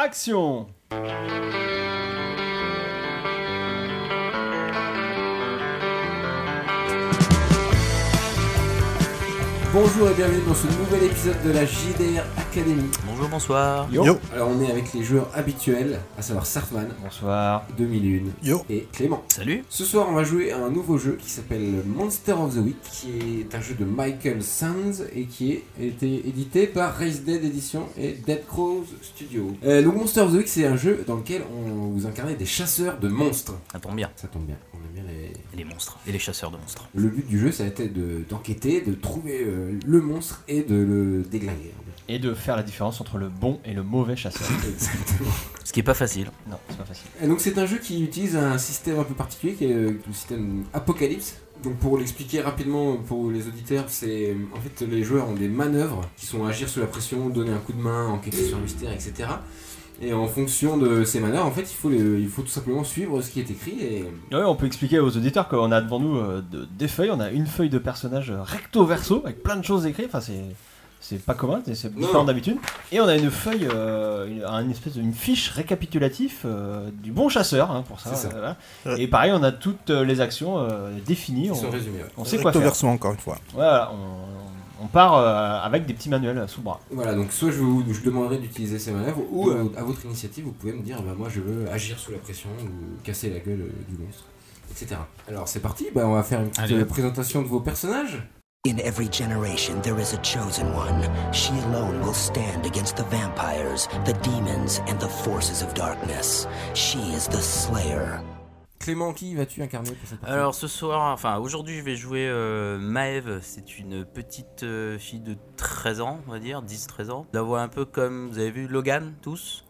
Action Bonjour et bienvenue dans ce nouvel épisode de la JDR Academy. Bonjour, bonsoir. Yo, Alors on est avec les joueurs habituels, à savoir Sartman, Bonsoir 2001 Yo. et Clément. Salut. Ce soir on va jouer à un nouveau jeu qui s'appelle Monster of the Week, qui est un jeu de Michael Sands et qui est a été édité par Race Dead Edition et Dead Crows Studio. Euh, donc Monster of the Week c'est un jeu dans lequel on vous incarnez des chasseurs de monstres. Ça tombe bien. Ça tombe bien, on aime bien les, Et les monstres. Et les chasseurs de monstres. Le but du jeu, ça a été de- d'enquêter, de, trouver euh, le monstre et de le déglinguer. Et de faire la différence entre le bon et le mauvais chasseur. Exactement. Ce qui est pas facile. non, c'est pas facile. Et donc c'est un jeu qui utilise un système un peu particulier, qui est euh, le système Apocalypse. Donc pour l'expliquer rapidement pour les auditeurs, c'est en fait les joueurs ont des manœuvres qui sont agir sous la pression, donner un coup de main, enquêter sur le mystère, etc. Et en fonction de ces manœuvres, en fait, il faut, les- il faut tout simplement suivre ce qui est écrit et Ouais, on peut expliquer aux auditeurs qu'on a devant nous euh, de- des feuilles, on a une feuille de personnage euh, recto verso avec plein de choses écrites, enfin c'est c'est pas commun, c'est- c'est Non, différent non. d'habitude. Et on a une feuille, euh, une, un espèce de- une fiche récapitulatif euh, du bon chasseur hein, pour ça. C'est ça. euh, voilà. Ouais. Et pareil, on a toutes euh, les actions euh, définies, ils sont on, résumés. ouais. on sait quoi Recto faire. verso encore une fois. Voilà, on, on part euh, avec des petits manuels sous le bras. Voilà, donc soit je vous je demanderai d'utiliser ces manœuvres, ou euh, à votre initiative, vous pouvez me dire, bah, moi je veux agir sous la pression, ou casser la gueule euh, du monstre, etc. Alors c'est parti, bah, on va faire une petite Allez. euh, présentation de vos personnages. In every generation, there is a chosen one. She alone will stand against the vampires, the demons, and the forces of darkness. She is the Slayer. Clément, qui vas-tu incarner pour cette partie Alors ce soir, enfin aujourd'hui, je vais jouer euh, Maeve. C'est une petite euh, fille de 13 ans, on va dire, 10-13 ans. La voix un peu comme, vous avez vu Logan tous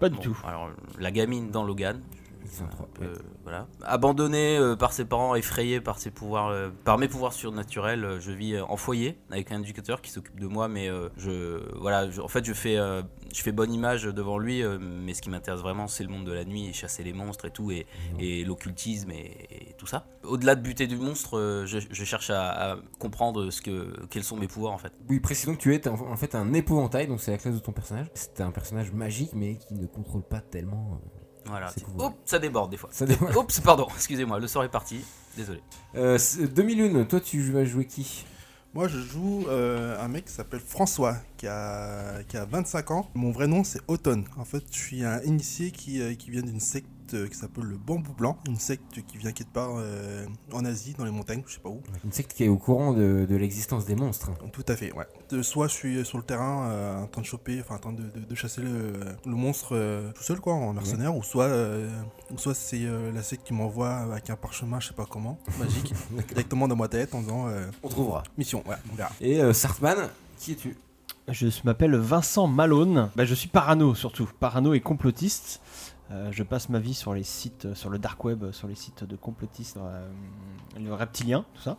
Pas du Bon, tout. Alors la gamine dans Logan. Ils sont trois, Euh, voilà. Abandonnée euh, par ses parents, effrayée par ses pouvoirs, euh, par mes pouvoirs surnaturels, euh, je vis euh, en foyer avec un éducateur qui s'occupe de moi, mais euh, je, voilà, je- en fait, je fais, euh, je fais bonne image devant lui, euh, mais ce qui m'intéresse vraiment, c'est le monde de la nuit et chasser les monstres et tout, et, euh, Mmh. et l'occultisme et, et tout ça. Au-delà de buter du monstre, euh, je, je cherche à, à comprendre ce que, quels sont mes pouvoirs en fait. Oui, précisons que tu es en, en fait un épouvantail, donc c'est la classe de ton personnage. C'est un personnage magique, mais qui ne contrôle pas tellement... euh, Voilà. C'est cool. Oups, ça déborde des fois. Ça dépend. Oups, pardon, excusez-moi, le sort est parti, désolé. Euh, c'est- 2001, toi tu vas jouer qui Moi, je joue euh, un mec qui s'appelle François, qui a, qui a 25 ans. Mon vrai nom, c'est Automne. En fait, je suis un initié qui, euh, qui vient d'une secte euh, qui s'appelle le Bambou Blanc. Une secte qui vient quelque part euh, en Asie, dans les montagnes, je sais pas où. Une secte qui est au courant de, de l'existence des monstres. Tout à fait, ouais. Euh, Soit je suis sur le terrain euh, en train de choper, enfin en train de, de- de chasser le, le monstre euh, tout seul, quoi, en mercenaire, ou soit, euh, ou soit c'est euh, la secte qui m'envoie avec un parchemin, je sais pas comment, magique, directement dans ma tête en disant euh, On trouvera. mission, ouais, on verra. Et euh, Sartman, qui es-tu Je m'appelle Vincent Malone. Bah, je suis parano surtout, parano et complotiste. Euh, je passe ma vie sur les sites, euh, sur le dark web, euh, sur les sites de complotistes, euh, le reptilien, tout ça.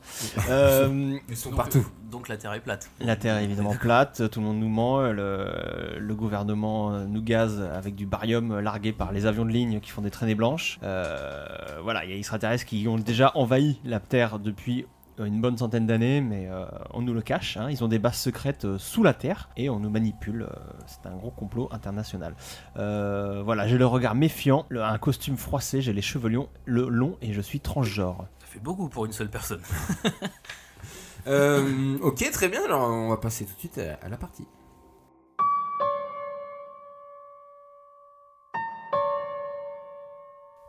Euh, Ils sont Donc- partout. Donc la terre est plate. la Terre est évidemment plate, tout le monde nous ment, euh, le, le gouvernement euh, nous gaze avec du barium euh, largué par les avions de ligne qui font des traînées blanches. Euh, voilà, il y a des extraterrestres qui ont déjà envahi la Terre depuis euh, une bonne centaine d'années, mais euh, on nous le cache, hein. ils ont des bases secrètes euh, sous la Terre et on nous manipule, euh, c'est un gros complot international. Euh, voilà, j'ai le regard méfiant, le- un costume froissé, j'ai les cheveux lions- le long et je suis transgenre. Ça fait beaucoup pour une seule personne. Euh, ok, très bien, alors on va passer tout de suite à, à la partie.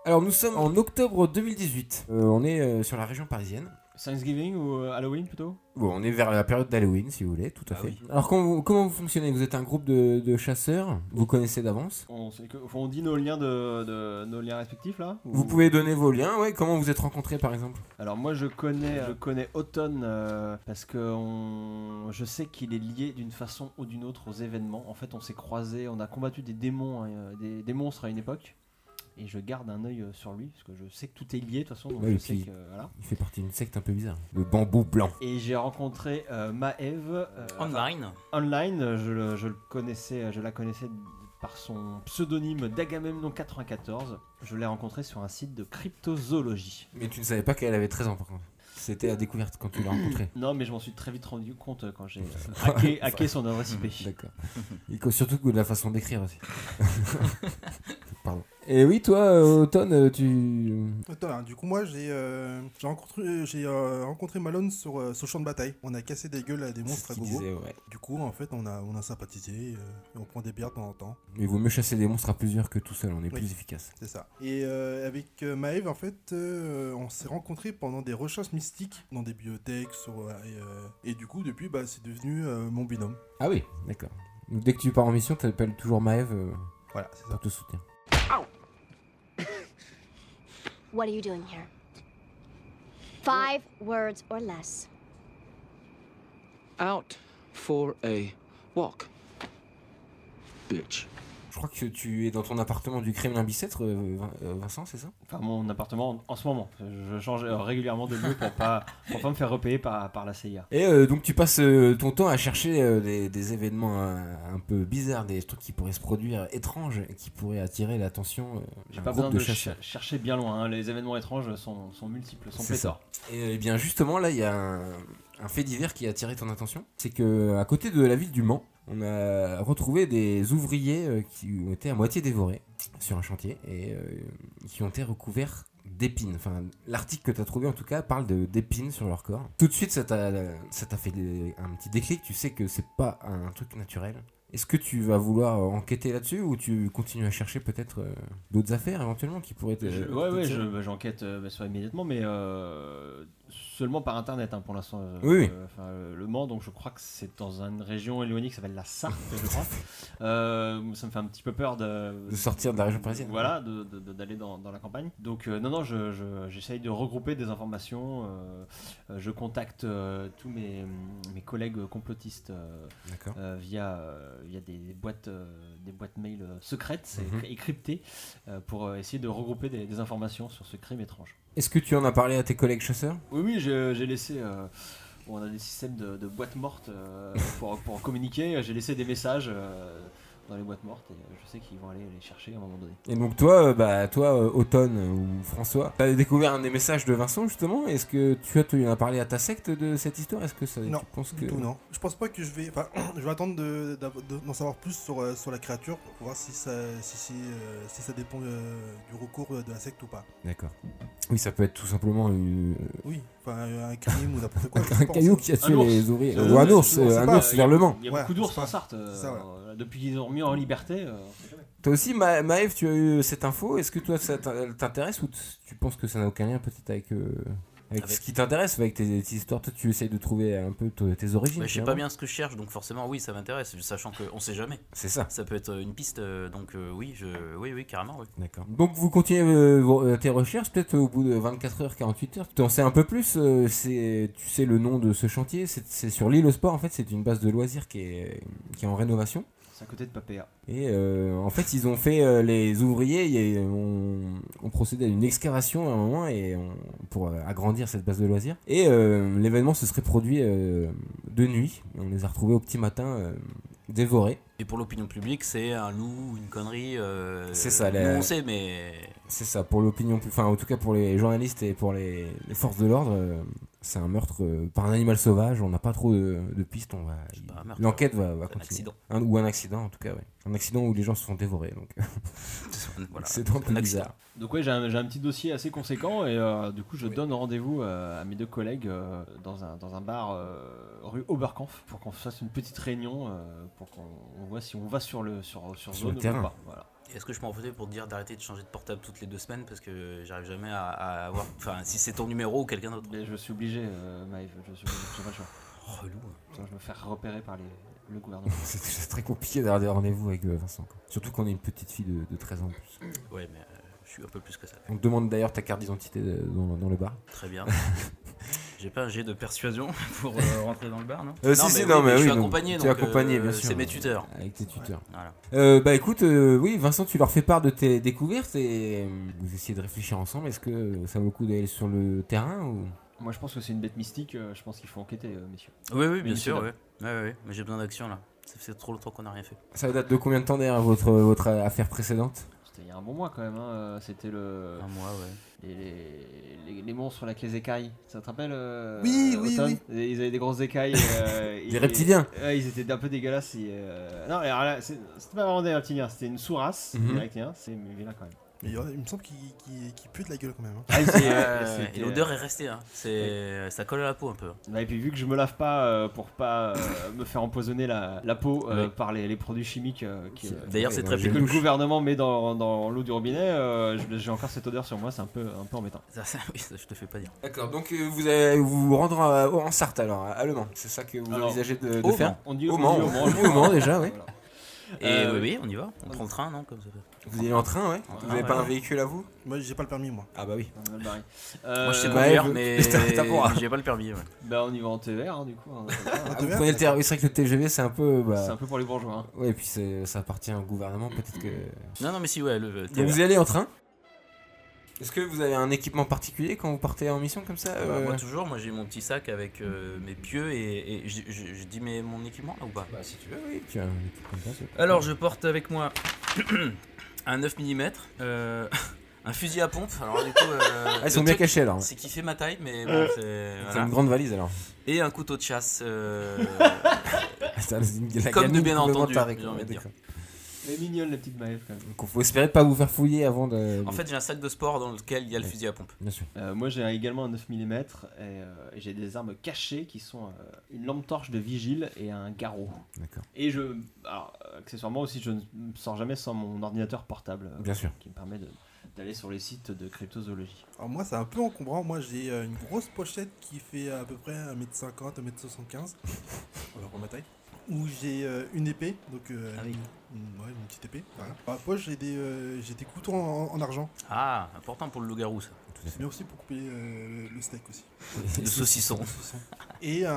Alors nous sommes en octobre 2018. Euh, on est euh, sur la région parisienne. Thanksgiving ou euh, Halloween plutôt Bon, on est vers la période d'Halloween si vous voulez, tout à Ah fait. oui. Alors comment vous, comment vous fonctionnez Vous êtes un groupe de, de chasseurs, vous connaissez d'avance. On, sait que- enfin, on dit nos liens, de, de- nos liens respectifs là ou- Vous pouvez donner vos liens, ouais, comment vous êtes rencontrés par exemple Alors moi je connais, je connais Auton euh, parce que on- je sais qu'il est lié d'une façon ou d'une autre aux événements. En fait on s'est croisés, on a combattu des démons, hein, euh, des, des monstres à une époque. Et je garde un œil euh, sur lui parce que je sais que tout est lié de toute façon. donc Ouais, je et sais puis- que, euh, voilà. Il fait partie d'une secte un peu bizarre. Le bambou blanc. Et j'ai rencontré euh, Maëv euh, Online. online. Je, le- je le connaissais, je euh, la connaissais par son pseudonyme d'Agamemnon94. Je l'ai rencontré sur un site de cryptozoologie. Mais tu ne savais pas qu'elle avait 13 ans par contre. C'était à découverte quand tu l'as rencontrée. Non, mais je m'en suis très vite rendu compte euh, quand j'ai euh, hacké, hacké son adresse IP. D'accord. Il cause surtout que de la façon d'écrire aussi. Pardon. Et oui, toi, euh, Automne, euh, tu. Attends, hein, du coup, moi, j'ai euh, j'ai rencontré, j'ai, euh, rencontré Malone sur euh, sur champ de bataille. On a cassé des gueules à des C'est ce monstres à qu'il gogo. disait, ouais. Du coup, en fait, on a, on a sympathisé euh, et on prend des bières de temps en temps. Mais il vaut mieux chasser des monstres à plusieurs que tout seul, on est Oui. plus efficace. C'est ça. Et euh, avec euh, Maëve, en fait, euh, on s'est rencontrés pendant des recherches mystiques dans des bibliothèques. sur, euh, et, euh, et du coup, depuis, bah, c'est devenu euh, mon binôme. Ah oui, d'accord. Donc dès que tu pars en mission, t'appelles toujours Maëv euh, Voilà, c'est ça. pour te soutenir. What are you doing here? Five words or less. Out for a walk. Bitch. Je crois que tu es dans ton appartement du Kremlin Bicêtre, euh, Vin- euh, Vincent, c'est ça Enfin, mon appartement en, en ce moment. Je change euh, régulièrement de lieu pour pas, pour pas me faire repayer par, par la CIA. Et euh, donc tu passes euh, ton temps à chercher euh, des, des événements euh, un, peu bizarres, des trucs qui pourraient se produire étranges, et qui pourraient attirer l'attention. euh, J'ai d'un pas groupe besoin de, ch- chasseurs. chercher bien loin. hein. Les événements étranges sont, sont multiples, sont C'est pléthores. ça. Et, euh, eh bien justement, là, il y a un, un fait divers qui a attiré ton attention. C'est que euh, à côté de la ville du Mans, on a retrouvé des ouvriers euh, qui ont été à moitié dévorés sur un chantier et euh, qui ont été recouverts d'épines. Enfin, l'article que tu as trouvé en tout cas parle de- d'épines sur leur corps. Tout de suite, ça t'a ça t'a fait des- un petit déclic. Tu sais que c'est pas un truc naturel. Est-ce que tu vas vouloir enquêter là-dessus ou tu continues à chercher peut-être euh, d'autres affaires éventuellement qui pourraient te. Je- ouais, ouais, t'attirer je- bah, j'enquête euh, bah, soit immédiatement, mais euh, seulement par internet hein, pour l'instant. euh, Oui, oui. euh, enfin, euh, le Mans, donc je crois que c'est dans une région éloignée qui s'appelle la Sarthe, je crois. Euh, ça me fait un petit peu peur de, De sortir de la région parisienne. Voilà, de- de- de- d'aller dans, dans la campagne. Donc, euh, non, non, je- je- j'essaye de regrouper des informations. euh, euh, je contacte euh, tous mes, mes collègues complotistes euh, D'accord. euh, via, euh, via des, des boîtes, euh, des boîtes mail euh, secrètes et- Mhm. et cryptées euh, pour euh, essayer de regrouper des, des informations sur ce crime étrange. Est-ce que tu en as parlé à tes collègues chasseurs Oui, oui, j'ai j'ai laissé. euh, on a des systèmes de, de boîtes mortes euh, pour, pour communiquer. J'ai laissé des messages euh, dans les boîtes mortes et euh, je sais qu'ils vont aller les chercher à un moment donné. Et donc toi, euh, bah toi, euh, Automne euh, ou François, t'as découvert un des messages de Vincent justement. Est-ce que tu as, tu en as parlé à ta secte de cette histoire Est-ce que ça, Non, tu penses que Du tout, non. Je pense pas que je vais. Enfin, je vais attendre de- d'av- de- d'en savoir plus sur, euh, sur la créature pour voir si ça, si, si, euh, si ça dépend euh, du recours euh, de la secte ou pas. D'accord. Oui, ça peut être tout simplement une- Oui, enfin, euh, un crime ou n'importe quoi. je un pense, caillou hein. qui a tué Un ours. les ouvriers. Euh, Ou un euh, ours, on euh, sait un pas, ours il y a- vers le Mans. Il y a Ouais, beaucoup d'ours c'est en ça. Sarthe. euh, C'est ça, ouais. euh, Depuis qu'ils ont mis en liberté. euh, Toi aussi, Ma- Maëv, tu as eu euh, cette info. Est-ce que toi, ça t'in- t'intéresse ou t- tu penses que ça n'a aucun lien peut-être avec, euh, avec Avec- ce qui t'intéresse, avec tes, tes histoires Toi, tu essayes de trouver un peu t- tes origines. Bah, je sais pas finalement. bien ce que je cherche, donc forcément, oui, ça m'intéresse, sachant qu'on sait jamais. C'est ça. Ça peut être euh, une piste, euh, donc euh, oui, je, oui, oui, carrément, oui. D'accord. Donc vous continuez euh, vos- euh, tes recherches, peut-être au bout de 24 heures, 48 heures. Tu en sais un peu plus, euh, c'est, tu sais le nom de ce chantier, c'est, c'est sur l'île au sport en fait, c'est une base de loisirs qui est, qui est en rénovation. C'est à côté de Papéa. Et euh, en fait ils ont fait, euh, les ouvriers ils ont, ont procédé à une excavation à un moment et on- pour euh, agrandir cette base de loisirs. Et euh, l'événement se serait produit euh, de nuit, on les a retrouvés au petit matin euh, dévorés. Et pour l'opinion publique, c'est un loup, une connerie. euh, C'est ça, Nous, la- on sait, mais. C'est ça, pour l'opinion, enfin en tout cas pour les journalistes et pour les, les forces de l'ordre, euh, c'est un meurtre euh, par un animal sauvage, on n'a pas trop de, de pistes, on va... C'est pas un meurtre. L'enquête va, va Un continuer. accident. Un- ou un accident en tout cas, ouais. Un accident où les gens se font dévorer, donc Voilà. c'est un peu un accident. bizarre. Donc, ouais, j'ai un, j'ai un petit dossier assez conséquent et euh, du coup, je donne rendez-vous euh, à mes deux collègues euh, dans, un, dans un bar euh, rue Oberkampf pour qu'on fasse une petite réunion euh, pour qu'on on voit si on va sur le, sur, sur Sur zone le terrain. ou pas. Voilà. Est-ce que je peux en profiter pour te dire d'arrêter de changer de portable toutes les deux semaines parce que j'arrive jamais à, à avoir. Enfin, si c'est ton numéro ou quelqu'un d'autre. Oh, Mais je suis obligé, euh, Maëv, je suis obligé, j'ai pas le choix. Relou. Sinon, je vais me faire repérer par les, le gouvernement. C'est déjà très compliqué d'avoir des rendez-vous avec euh, Vincent. quoi. Surtout qu'on est une petite fille de, de 13 ans en plus. Ouais, mais euh, je suis un peu plus que ça. On te demande d'ailleurs ta carte d'identité euh, dans, dans le bar. Très bien. J'ai pas un jet de persuasion pour euh, rentrer dans le bar, non Euh, si, si, mais non, mais je suis oui, donc, accompagné, t'es donc, accompagné, euh, bien sûr. C'est mes tuteurs. Avec tes tuteurs. Voilà. Euh, bah écoute, euh, oui, Vincent, tu leur fais part de tes découvertes et euh, vous essayez de réfléchir ensemble. Est-ce que ça vaut le coup d'aller sur le terrain ou... Moi, je pense que c'est une bête mystique, euh, je pense qu'il faut enquêter, euh, messieurs. Oui, oui, bien Une sûr, tutelle. ouais. Ouais, ouais, ouais. Mais j'ai besoin d'action là. Ça fait trop longtemps qu'on n'a rien fait. Ça date de combien de temps derrière votre, votre affaire précédente C'était il y a un bon mois quand même. hein, euh, C'était le Un mois, ouais. les, les- les- les monstres là, avec les écailles. Ça te rappelle euh, Oui, oui, Autumn Et Ils avaient des grosses écailles. euh, ils- Les reptiliens Ouais, ils étaient un peu dégueulasses. et, euh, Non, alors là, c'est- c'était pas vraiment des reptiliens, c'était une sous-race. Mhm. des reptiliens, C'est mais vilain quand même. Mais il y en a- il me semble qu'il qu'il- qu'il pue de la gueule quand même. hein. Ah, c'est- Euh, c'était- et l'odeur est restée, hein. C'est, ça colle à la peau un peu. Bah, et puis vu que je me lave pas euh, pour pas euh, me faire empoisonner la, la peau euh, Oui. par les, les produits chimiques euh, qui, euh, D'ailleurs, Ouais, c'est dans très les que pénible. le gouvernement met dans, dans l'eau du robinet, euh, je- j'ai encore cette odeur sur moi, c'est un peu, un peu embêtant. Ça, ça, oui, ça, je te fais pas dire. D'accord, donc euh, vous allez vous rendre à- en Sarthe alors, à Le Mans. C'est ça que vous Alors, envisagez de, de au faire Mans. On dit Ah, Au on dit Mans, on dit au Mans, déjà, oui. Voilà. Et Euh, oui, oui, on y va. On prend le train, non comme ça. Vous allez en train, ouais Vous train, n'avez pas ouais. un véhicule à vous Moi, j'ai pas le permis, moi. Ah bah oui. On va le barrer. Euh, Moi, je sais ouais, conduire, je- mais T'as hein. pas- j'ai pas le permis. ouais. bah, on y va en TVR hein, du coup. hein. Ah, Ah, t'as vous bien prenez le TGV, c'est vrai que le TGV c'est un peu... c'est Bah, un peu pour les bourgeois. hein. ouais, et puis c'est- ça appartient au gouvernement, peut-être que... Non, non, mais si, ouais. Le, Donc vous y allez en train Est-ce que vous avez un équipement particulier quand vous partez en mission comme ça Bah, euh, Moi toujours, moi j'ai mon petit sac avec euh, mes pieux et, et je, je- je dis mes, mon équipement là ou pas Bah, si tu veux, oui. Tu as un équipement comme ça, c'est- Alors je porte avec moi un 9 mm, euh, un fusil à pompe, alors du coup... euh, Ah, ils sont le bien truc, cachés alors. C'est qui fait ma taille, mais bon, Euh, c'est... C'est voilà. une grande valise alors. Et un couteau de chasse. euh, Putain, c'est une- la Comme gamine de bien entendu, complémentaire, j'ai envie de dire. d'accord. Elle est mignonne la petite Maëve quand même. Donc faut espérer de pas vous faire fouiller avant de. en fait j'ai un sac de sport dans lequel il y a le fusil à pompe. bien sûr. Euh, moi j'ai également un 9 mm et, euh, et j'ai des armes cachées qui sont euh, une lampe torche de vigile et un garrot. D'accord. Et je. Alors, euh, accessoirement aussi, je ne sors jamais sans mon ordinateur portable euh, Bien sûr. qui me permet de- d'aller sur les sites de cryptozoologie. Alors moi c'est un peu encombrant, moi j'ai euh, une grosse pochette qui fait à peu près 1m50, 1m75, alors pour ma taille, où j'ai euh, une épée, donc euh, Ah oui. une, une- ouais, une petite épée. Voilà. Dans la poche j'ai des, euh, j'ai des couteaux en, en argent, Ah, important pour le loup-garou ça. mais aussi pour couper euh, le- le steak aussi. Le saucisson. Et un,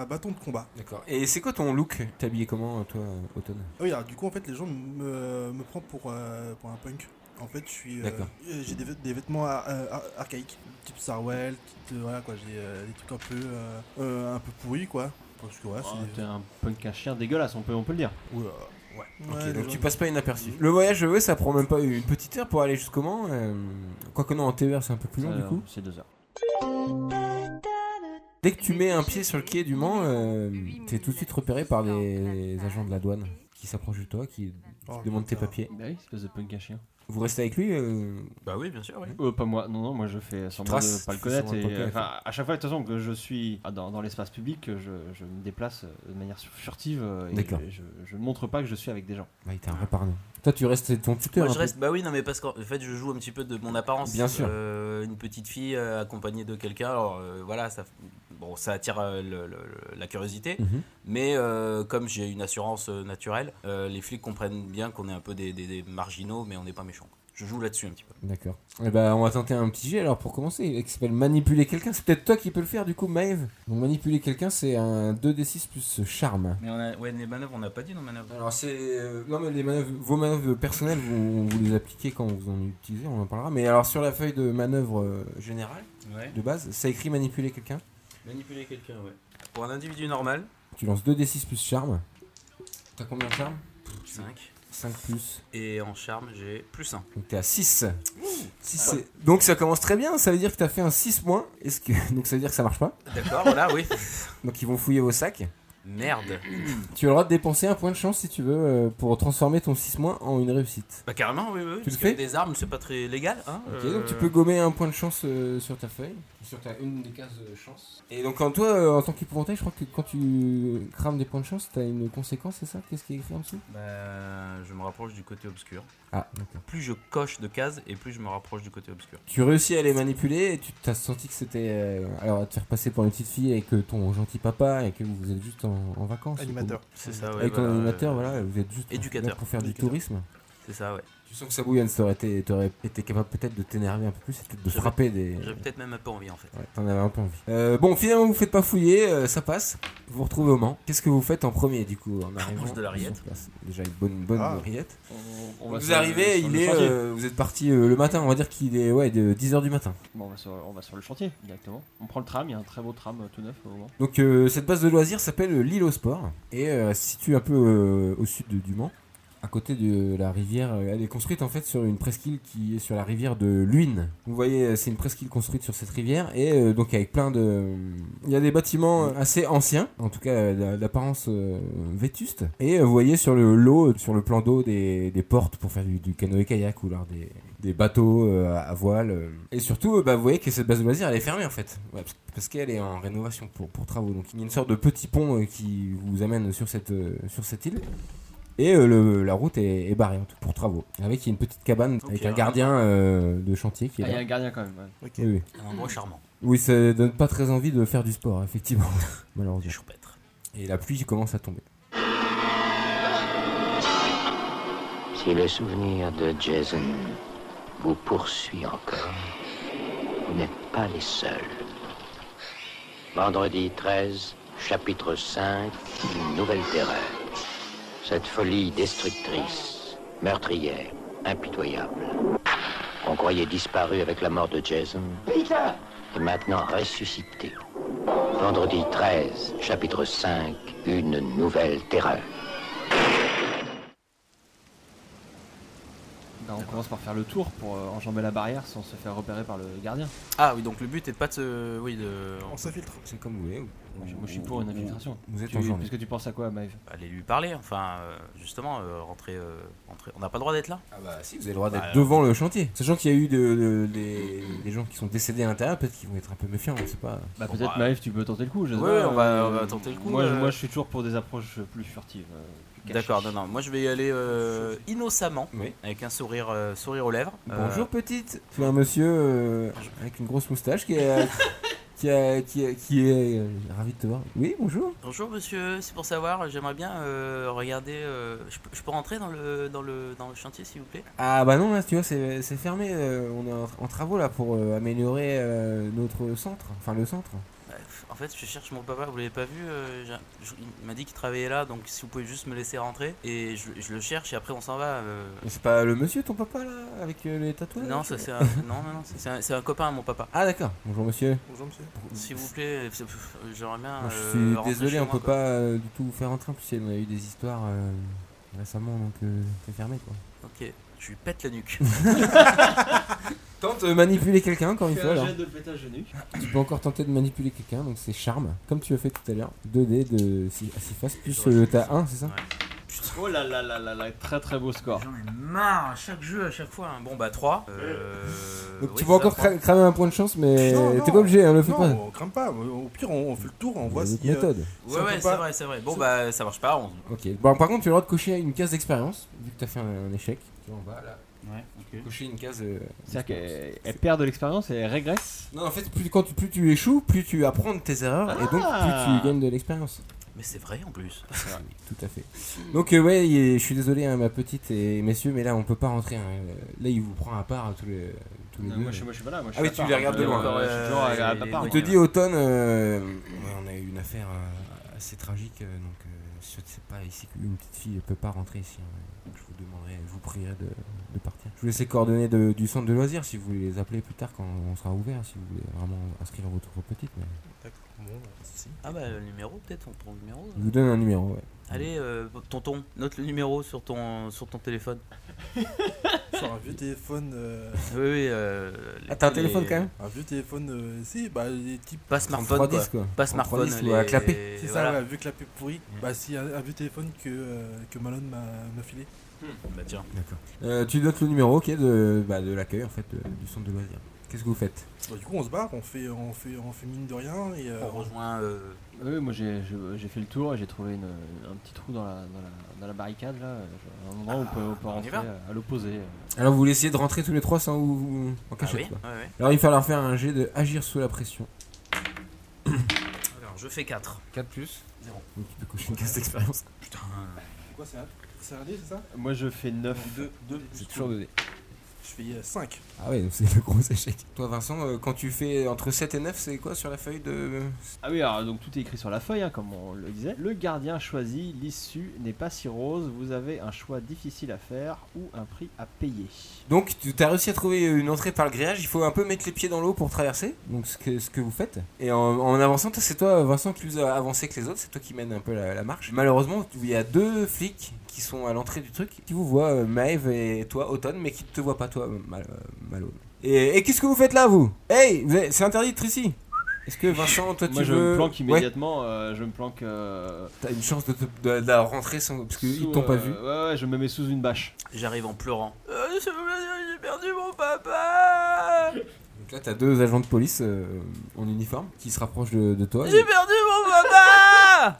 un bâton de combat. D'accord. Et c'est quoi ton look T'es habillé comment toi, Automne Ah oui alors du coup en fait les gens me, me prennent pour, euh, pour un punk. En fait, je suis, euh, D'accord. euh, j'ai des, vêt- des vêtements ar- euh, ar- archaïques, type Sarwell, type, euh, voilà quoi, j'ai euh, des trucs un peu, euh, euh, un peu pourris quoi. Parce Ah, que voilà, Oh, c'est- T'es un punk à chien dégueulasse, on peut, on peut le dire. Oula. Ouais. Ok, donc les tu gens- passes pas inaperçu. Le voyage, ouais, ça prend même pas une petite heure pour aller jusqu'au Mans. euh, Quoique non, en TER c'est un peu plus long Ça, du coup. C'est deux heures. Dès que tu mets un pied sur le quai du Mans, euh, t'es tout de suite repéré par les agents de la douane qui s'approchent de toi, qui Oh, demandent tes putain. papiers. Bah oui, espèce de punk à chien. Vous restez avec lui euh, Bah oui, bien sûr, oui. Euh, pas moi, non, non, moi je fais semblant traces, de pas le tu fais connaître. semblant Et, de pas le euh, connaître. enfin, à chaque fois, de toute façon, que je suis ah, dans, dans l'espace public, je, je me déplace euh, de manière sur- furtive euh, et D'accord. je- je je ne montre pas que je suis avec des gens. Bah, il t'a un vrai parano. Toi, tu restes ton tuteur. Moi, je un peu. reste. Bah oui, non, mais parce qu'en en fait, je joue un petit peu de mon apparence. Bien sûr. Euh, une petite fille euh, accompagnée de quelqu'un. Alors euh, voilà, ça, bon, ça attire euh, le- le- la curiosité. Mhm. Mais euh, comme j'ai une assurance euh, naturelle, euh, les flics comprennent bien qu'on est un peu des, des- des marginaux, mais on n'est pas méchants. Je joue là-dessus un petit peu. D'accord. Eh ben, on va tenter un petit jet alors pour commencer, qui s'appelle manipuler quelqu'un. C'est peut-être toi qui peux le faire du coup, Maeve. Donc manipuler quelqu'un, c'est un 2d6 plus charme. Mais on a, ouais, les manœuvres, on n'a pas dit nos manœuvres. Alors c'est euh, non mais les manœuvres, vos manœuvres personnelles, vous, vous les appliquez quand vous en utilisez, on en parlera. Mais alors sur la feuille de manœuvre euh, générale Ouais. de base, ça écrit manipuler quelqu'un. Manipuler quelqu'un, ouais. Pour un individu normal, Tu lances 2d6 plus charme. T'as combien de charme 5. 5 plus. Et en charme, j'ai plus 1. Donc t'es à 6. Donc ça commence très bien, ça veut dire que t'as fait un 6 moins. Est-ce que donc ça veut dire que ça marche pas D'accord, voilà, oui. Donc ils vont fouiller vos sacs. Merde. Tu as le droit de dépenser un point de chance si tu veux euh, pour transformer ton 6 moins en une réussite. Bah carrément, oui, oui. Tu parce le que fais des armes, c'est pas très légal, hein. Ok, euh, donc tu peux gommer un point de chance euh, sur ta feuille. Sur ta une des cases de chance. Et donc en toi, euh, en tant qu'épouvantail, je crois que quand tu crames des points de chance, t'as une conséquence, c'est ça Qu'est-ce qui est écrit en dessous Bah, je me rapproche du côté obscur. Ah, d'accord. Plus je coche de cases et plus je me rapproche du côté obscur. Tu réussis à les manipuler et tu t'as senti que c'était. euh, alors à te faire passer pour une petite fille et que ton gentil papa et que vous êtes juste en, en vacances. Animateur. C'est ça, ouais. Avec ton voilà, animateur, euh, voilà, vous êtes juste Éducateur. là pour faire du Éducateur. tourisme. C'est ça, ouais. Tu sens que ça bouillonne, t'aurais été, t'aurais été capable peut-être de t'énerver un peu plus et peut-être de J'aurais- frapper des. J'ai peut-être même un peu envie en fait. Ouais, t'en avais un peu envie. Euh, bon, finalement, vous faites pas fouiller, euh, ça passe. Vous vous retrouvez au Mans. Qu'est-ce que vous faites en premier du coup en arrivant mange de la rillette. sur place Déjà une bonne, bonne Ah. rillette. On, vous arrivez, il est, euh, vous êtes parti euh, le matin, on va dire qu'il est ouais, de 10h du matin. Bon, on, va sur, on va sur le chantier directement. On prend le tram, il y a un très beau tram euh, tout neuf au moment. Donc euh, cette base de loisirs s'appelle l'île au sport et euh, elle se situe un peu euh, au sud de- du Mans, à côté de la rivière. euh, Elle est construite en fait sur une presqu'île qui est sur la rivière de Luynes. Vous voyez, euh, c'est une presqu'île construite sur cette rivière et euh, donc avec plein de, il y a des bâtiments euh, assez anciens, en tout cas euh, d'a- d'apparence euh, vétuste. Et euh, vous voyez sur le lot, sur le plan d'eau des, des portes pour faire du, du canoë kayak ou alors des, des bateaux euh, à voile. euh. Et surtout, euh, bah, vous voyez que cette base de loisirs, elle est fermée en fait. Ouais, parce- parce qu'elle est en rénovation pour, pour travaux. Donc il y a une sorte de petit pont euh, qui vous amène sur cette, euh, sur cette île. Et euh, le- la route est, est barrée en tout, pour travaux. Avec il y a une petite cabane Ok, avec un alors. gardien euh, de chantier qui est Ah, il y a là. un gardien quand même. ouais. Ok. Oui, oui. Un endroit charmant. Oui, ça donne pas très envie de faire du sport, effectivement. Malheureusement. Des choupettes. Et la pluie commence à tomber. Si le souvenir de Jason vous poursuit encore, vous n'êtes pas les seuls. Vendredi 13, chapitre 5, une nouvelle terreur. Cette folie destructrice, meurtrière, impitoyable. On croyait disparu avec la mort de Jason. Et maintenant ressuscité. Vendredi 13, chapitre 5, une nouvelle terreur. Bah, on commence par faire le tour pour euh, enjamber la barrière sans se faire repérer par le gardien. Ah oui, donc le but est de pas de se. Oui, de. On s'infiltre. C'est comme vous voulez. ou- Moi, je- moi, je suis pour une infiltration. Vous êtes Tu- en journée. Parce que tu penses à quoi, Maeve Aller lui parler, enfin, euh, justement, euh, rentrer, euh, rentrer. On n'a pas le droit d'être là Ah bah si, vous avez le droit d'être Bah, alors. devant le chantier. Sachant qu'il y a eu de- de- des, des gens qui sont décédés à l'intérieur, peut-être qu'ils vont être un peu méfiants, on sait pas. Bah, Bon, peut-être, bah, Maeve, tu peux tenter le coup. je sais ouais, pas, on va- euh, on va tenter le coup, Moi, je- euh. moi, je suis toujours pour des approches plus furtives. euh, plus cachées. D'accord, non, non. Moi, je vais y aller euh, innocemment, Oui. avec un sourire, euh, sourire aux lèvres. Euh, Bonjour petite Tu vois un monsieur euh, avec une grosse moustache qui est... Qui, a- qui, a- qui est euh, ravi de te voir. Oui, bonjour. Bonjour monsieur, c'est pour savoir, euh, j'aimerais bien euh, regarder. euh, je, peux- je peux rentrer dans le, dans le, dans le chantier s'il vous plaît Ah bah non, là, tu vois, c'est c'est fermé. euh, on est en, en travaux là pour euh, améliorer euh, notre centre. Enfin, le centre. Euh, En fait, je cherche mon papa, vous l'avez pas vu euh, j'ai- je- Il m'a dit qu'il travaillait là, donc si vous pouvez juste me laisser rentrer. Et je, je le cherche et après on s'en va. euh. Mais C'est pas le monsieur, ton papa là, avec euh, les tatouages non, là, ça, tu- c'est un, non, non, non, c'est c'est un, c'est un copain à mon papa. Ah d'accord. Bonjour monsieur. Bonjour monsieur. S'il vous plaît, euh, c'est- pff, j'aimerais bien. Moi, euh, je suis rentrer chez désolé, on moi, peut quoi. pas euh, du tout vous faire rentrer. En plus, on a eu des histoires euh, récemment, donc euh, c'est fermé quoi. Ok, je lui pète la nuque. Tente de manipuler quelqu'un encore une fois. Ah, alors. de pétage de nuque. Tu peux encore tenter de manipuler quelqu'un, donc c'est charme, comme tu as fait tout à l'heure. 2D de 6 faces plus euh, t'as 1, c'est ça Oh là là là là là, très très beau Ah. score. J'en ai marre à chaque jeu, à chaque fois. hein. Bon, bah 3. Euh, Donc oui, tu c'est vas encore ça, trois. cra- cramer un point de chance, mais Non, t'es non. pas obligé, hein, le fais non, pas. on crame pas. Au pire, on, on fait le tour, on Il y a voit d'autres si. euh, méthodes. si Ouais, on ouais, peut c'est pas- vrai, c'est vrai. Bon, bah ça marche pas. On... Ok. Bon, par contre, tu as le droit de cocher une case d'expérience, vu que t'as fait un, un échec. Tu vois, en bas, là. Ouais, ok. Cocher une case. euh, C'est-à-dire d'expérience. qu'elle elle perd de l'expérience et elle régresse. Non, en fait, plus, quand tu, plus tu échoues, plus tu apprends de tes erreurs, et donc plus Ah. tu gagnes de l'expérience. Mais c'est vrai en plus. Tout à fait. Donc euh, ouais, il est- je suis désolé hein, ma petite et messieurs, mais là on peut pas rentrer. hein. Là il vous prend à part tous les tous les Non, deux. moi, je, moi, je suis pas là. Moi, je Ah suis oui, à tu part, les regardes je- de loin. je suis toujours à- à- à Il part, Il te moi. dit automne, euh, ouais, on a eu une affaire euh, assez tragique, euh, donc euh, je ne sais pas ici qu'une petite fille peut pas rentrer ici. hein. Donc, je vous demanderai, je vous prierai de, de partir. Je vous laisse les coordonnées de- du centre de loisirs si vous voulez les appeler plus tard quand on sera ouvert, si vous voulez vraiment inscrire votre petite. mais- D'accord. euh, Bon, pas de souci. Ah bah le numéro peut-être, on prend le numéro. hein. Je vous donne un numéro. Ouais. Allez, euh, tonton, note le numéro sur ton, sur ton téléphone. Sur un vieux téléphone. euh, Oui, oui. Euh, les- Ah, t'as un les- téléphone quand même un vieux téléphone. euh, si, bah les types. Pas smartphone, quoi. 3310, quoi. Pas smartphone. 3310, ou à clapper. C'est voilà. Mm. ça, ouais, vu que la pub pourrie. Bah si, un, un vieux téléphone que, euh, que Malone m'a m'a filé. Bah tiens. D'accord. Euh, tu notes le numéro ok, de, bah, de l'accueil en fait de- du centre de loisirs. Qu'est-ce que vous faites Bah, du coup, on se barre, on fait, on fait, on fait mine de rien et euh, On rejoint. euh, Oui, moi j'ai je- j'ai fait le tour et j'ai trouvé une- un petit trou dans la, dans la, dans la barricade là, euh, un endroit où on peut, on peut on y rentrer va. euh, à l'opposé. euh. Alors vous voulez essayer de rentrer tous les trois sans vous, vous- en Ah cachette. oui, quoi. ouais, ouais. Alors il va falloir faire un jet de agir sous la pression. Alors je fais 4. 4 plus Zéro. Donc tu peux cocher une case d'expérience. Putain. Quoi, c'est un C'est un dé, c'est ça Moi je fais 9. Deux. Deux. J'ai toujours donné. Je fais euh, 5. Ah ouais, donc c'est le gros échec. Toi, Vincent, euh, quand tu fais entre 7 et 9, c'est quoi sur la feuille de. Ah oui, alors donc tout est écrit sur la feuille, hein, comme on le disait. Le gardien choisi, l'issue n'est pas si rose, vous avez un choix difficile à faire ou un prix à payer. Donc, tu as réussi à trouver une entrée par le grillage, il faut un peu mettre les pieds dans l'eau pour traverser, donc ce que, ce que vous faites. Et en, en avançant, toi, c'est toi, Vincent, qui nous a avancé que les autres, c'est toi qui mène un peu la, la marche. Malheureusement, il y a deux flics qui sont à l'entrée du truc, qui vous voient, euh, Maeve et toi, Autumn, mais qui ne te voient pas, toi, Mal- euh, Malo. Et, et qu'est-ce que vous faites là, vous Hey, vous avez- c'est interdit d'être ici est-ce que Vincent, toi Moi tu je veux... me planque Ouais. immédiatement, euh, je me planque. euh, T'as une chance de, te- de- de la rentrer sans... parce qu'ils sous, t'ont pas euh, vu. Ouais, ouais, je me mets sous une bâche. J'arrive en pleurant. Euh, s'il vous plaît, j'ai perdu mon papa Donc là, t'as deux agents de police euh, en uniforme qui se rapprochent de, de toi. J'ai perdu mon papa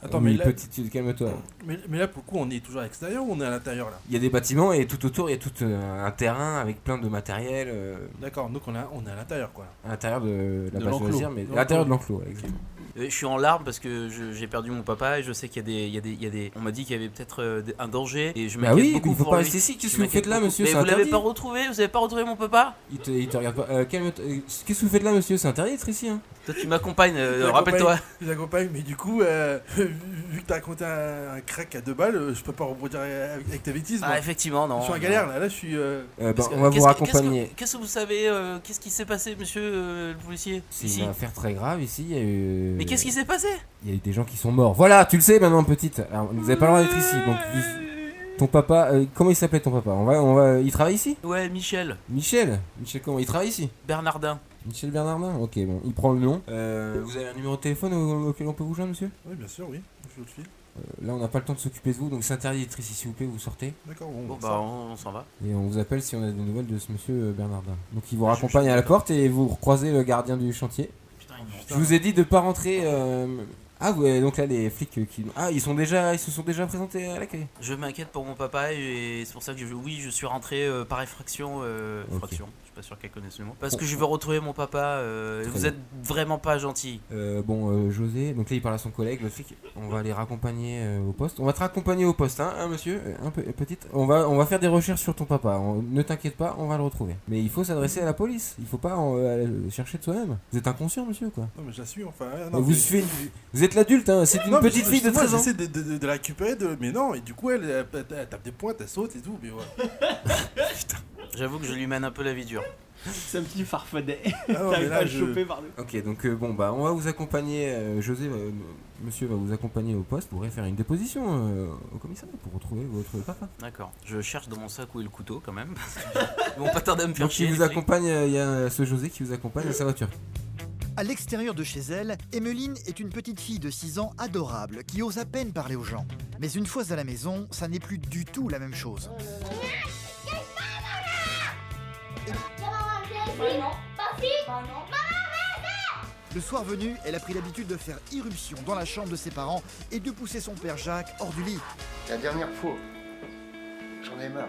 Attends, mais mais là, petite, tu- calme-toi. mais, mais là, pour le coup, on est toujours à l'extérieur ou on est à l'intérieur là Il y a des bâtiments et tout autour, il y a tout euh, un terrain avec plein de matériel euh, D'accord, donc on est, à- on est à l'intérieur quoi. à l'intérieur de De la base de l'enclos. loisirs, mais De à l'intérieur de l'enclos, ouais, exactement. Euh, Je suis en larmes parce que je- j'ai perdu mon papa et je sais qu'il y a des, il y a des, il y a des. On m'a dit qu'il y avait peut-être euh, des- un danger et je Bah m'inquiète oui, beaucoup il faut pour pas lui. rester ici. Qu'est-ce que Je vous m'inquiète faites là, beaucoup. monsieur Mais C'est vous l'avez interdit. pas retrouvé Vous avez pas retrouvé mon papa Il te, il te regarde pas. Euh, calme-toi. Euh, Qu'est-ce que vous faites là, monsieur C'est interdit d'être ici. Hein. Toi, tu m'accompagnes. euh, Je l'accompagne. Rappelle-toi. Je l'accompagne, mais du coup, euh, vu que t'as raconté un, un crack à deux balles, euh, je peux pas rebondir avec, avec ta bêtise. moi. Ah, effectivement, non. je suis en non. galère là, là je suis. euh, Euh, ben, Parce que- on va qu'est-ce vous que- raccompagner. qu'est-ce que- Qu'est-ce que vous savez euh, Qu'est-ce qui s'est passé, monsieur euh, le policier C'est Ici. une affaire très grave ici. Il y a eu. Mais qu'est-ce qui s'est passé Il y a eu des gens qui sont morts. Voilà, tu le sais maintenant, petite. Alors, vous avez pas le droit d'être ici. Donc, vous- ton papa. euh, comment il s'appelait ton papa On va, on va. Il travaille ici Ouais, Michel, Michel. Michel comment Il travaille ici. Bernardin. Michel Bernardin. Ok, bon, il prend le nom. Euh, vous avez un numéro de téléphone au- auquel on peut vous joindre, monsieur Oui, bien sûr, oui. Je le file. Euh, Là, on n'a pas le temps de s'occuper de vous, donc c'est interdit d'être ici, s'il vous plaît, vous sortez. D'accord, bon. Bon, ça- bah, on, on s'en va. Et on vous appelle si on a des nouvelles de ce monsieur euh, Bernardin. Donc il vous raccompagne à la porte et vous croisez le gardien du chantier. Putain, il Je vous ai dit de pas rentrer. euh, Ah ouais, donc là les flics euh, qui ah ils sont déjà ils se sont déjà présentés à l'accueil. Je m'inquiète pour mon papa et c'est pour ça que je, oui, je suis rentré euh, par effraction. euh, Ok. Oh. Fraction, je suis pas sûr qu'elle connaisse le mot. Parce que je veux retrouver mon papa. euh, Très vous bien. êtes vraiment pas gentil. Euh, bon euh, José, donc là il parle à son collègue le flic. On va les raccompagner euh, au poste. On va te raccompagner au poste, hein, hein, monsieur, Euh, un peu euh, petite. On va on va faire des recherches sur ton papa. On- ne t'inquiète pas, on va le retrouver. Mais il faut s'adresser à la police. Il faut pas en- euh, aller le chercher de soi-même. Vous êtes inconscient, monsieur quoi. Non, mais j'assume, enfin. ouais, vous mais- suivez- Vous êtes l'adulte, hein. C'est une Non, mais petite je- fille de moi, 13 ans. J'essaie de, de, de- de la récupérer, de... mais non, et du coup, elle, elle- elle- elle tape des points, elle saute et tout, mais ouais. J'avoue que je lui mène un peu la vie dure. C'est un petit farfadet. Oh, Ah, non, T'arrives mais pas à là, le je- choper par le. Ok, donc euh, bon, bah on va vous accompagner. euh, José, va- euh, monsieur va vous accompagner au poste pour faire une déposition euh, au commissariat pour retrouver votre papa. D'accord. Je cherche dans mon sac où est le couteau quand même. parce que Ils vont pas tarder à me faire Donc chier. il vous les flics. accompagne, euh, il y a ce José qui vous accompagne à sa voiture. À l'extérieur de chez elle, Emmeline est une petite fille de 6 ans adorable qui ose à peine parler aux gens. Mais une fois à la maison, ça n'est plus du tout la même chose. Le soir venu, elle a pris l'habitude de faire irruption dans la chambre de ses parents et de pousser son père Jacques hors du lit. La dernière fois. J'en ai marre.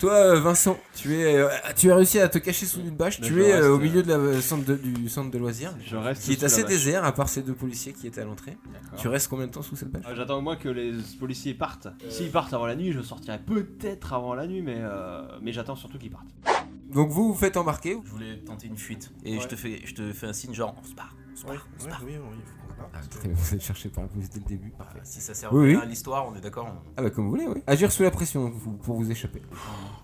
Toi, euh, Vincent, tu es, euh, tu as réussi à te cacher sous une bâche. Mais tu je es euh, reste, au euh, milieu de la, centre de- du centre de loisirs, Je reste. qui est sous assez la bâche. désert à part ces deux policiers qui étaient à l'entrée. D'accord. Tu restes combien de temps sous cette bâche Ah, J'attends au moins que les policiers partent. S'ils partent avant la nuit, je sortirai peut-être avant la nuit, mais, euh, mais j'attends surtout qu'ils partent. Donc vous vous faites embarquer. Je voulais tenter une fuite. Et Ouais. je, te fais, je te fais un signe genre on se barre. On se Ouais, barre. on se ouais, barre. oui, oui, il faut qu'on se barre. Ah, très bien, vous êtes cherché par la police dès le début. Parfait. Bah, si ça sert Oui, bien oui. à l'histoire, on est d'accord. on- Ah bah comme vous voulez, oui. Agir sous la pression vous- pour vous échapper.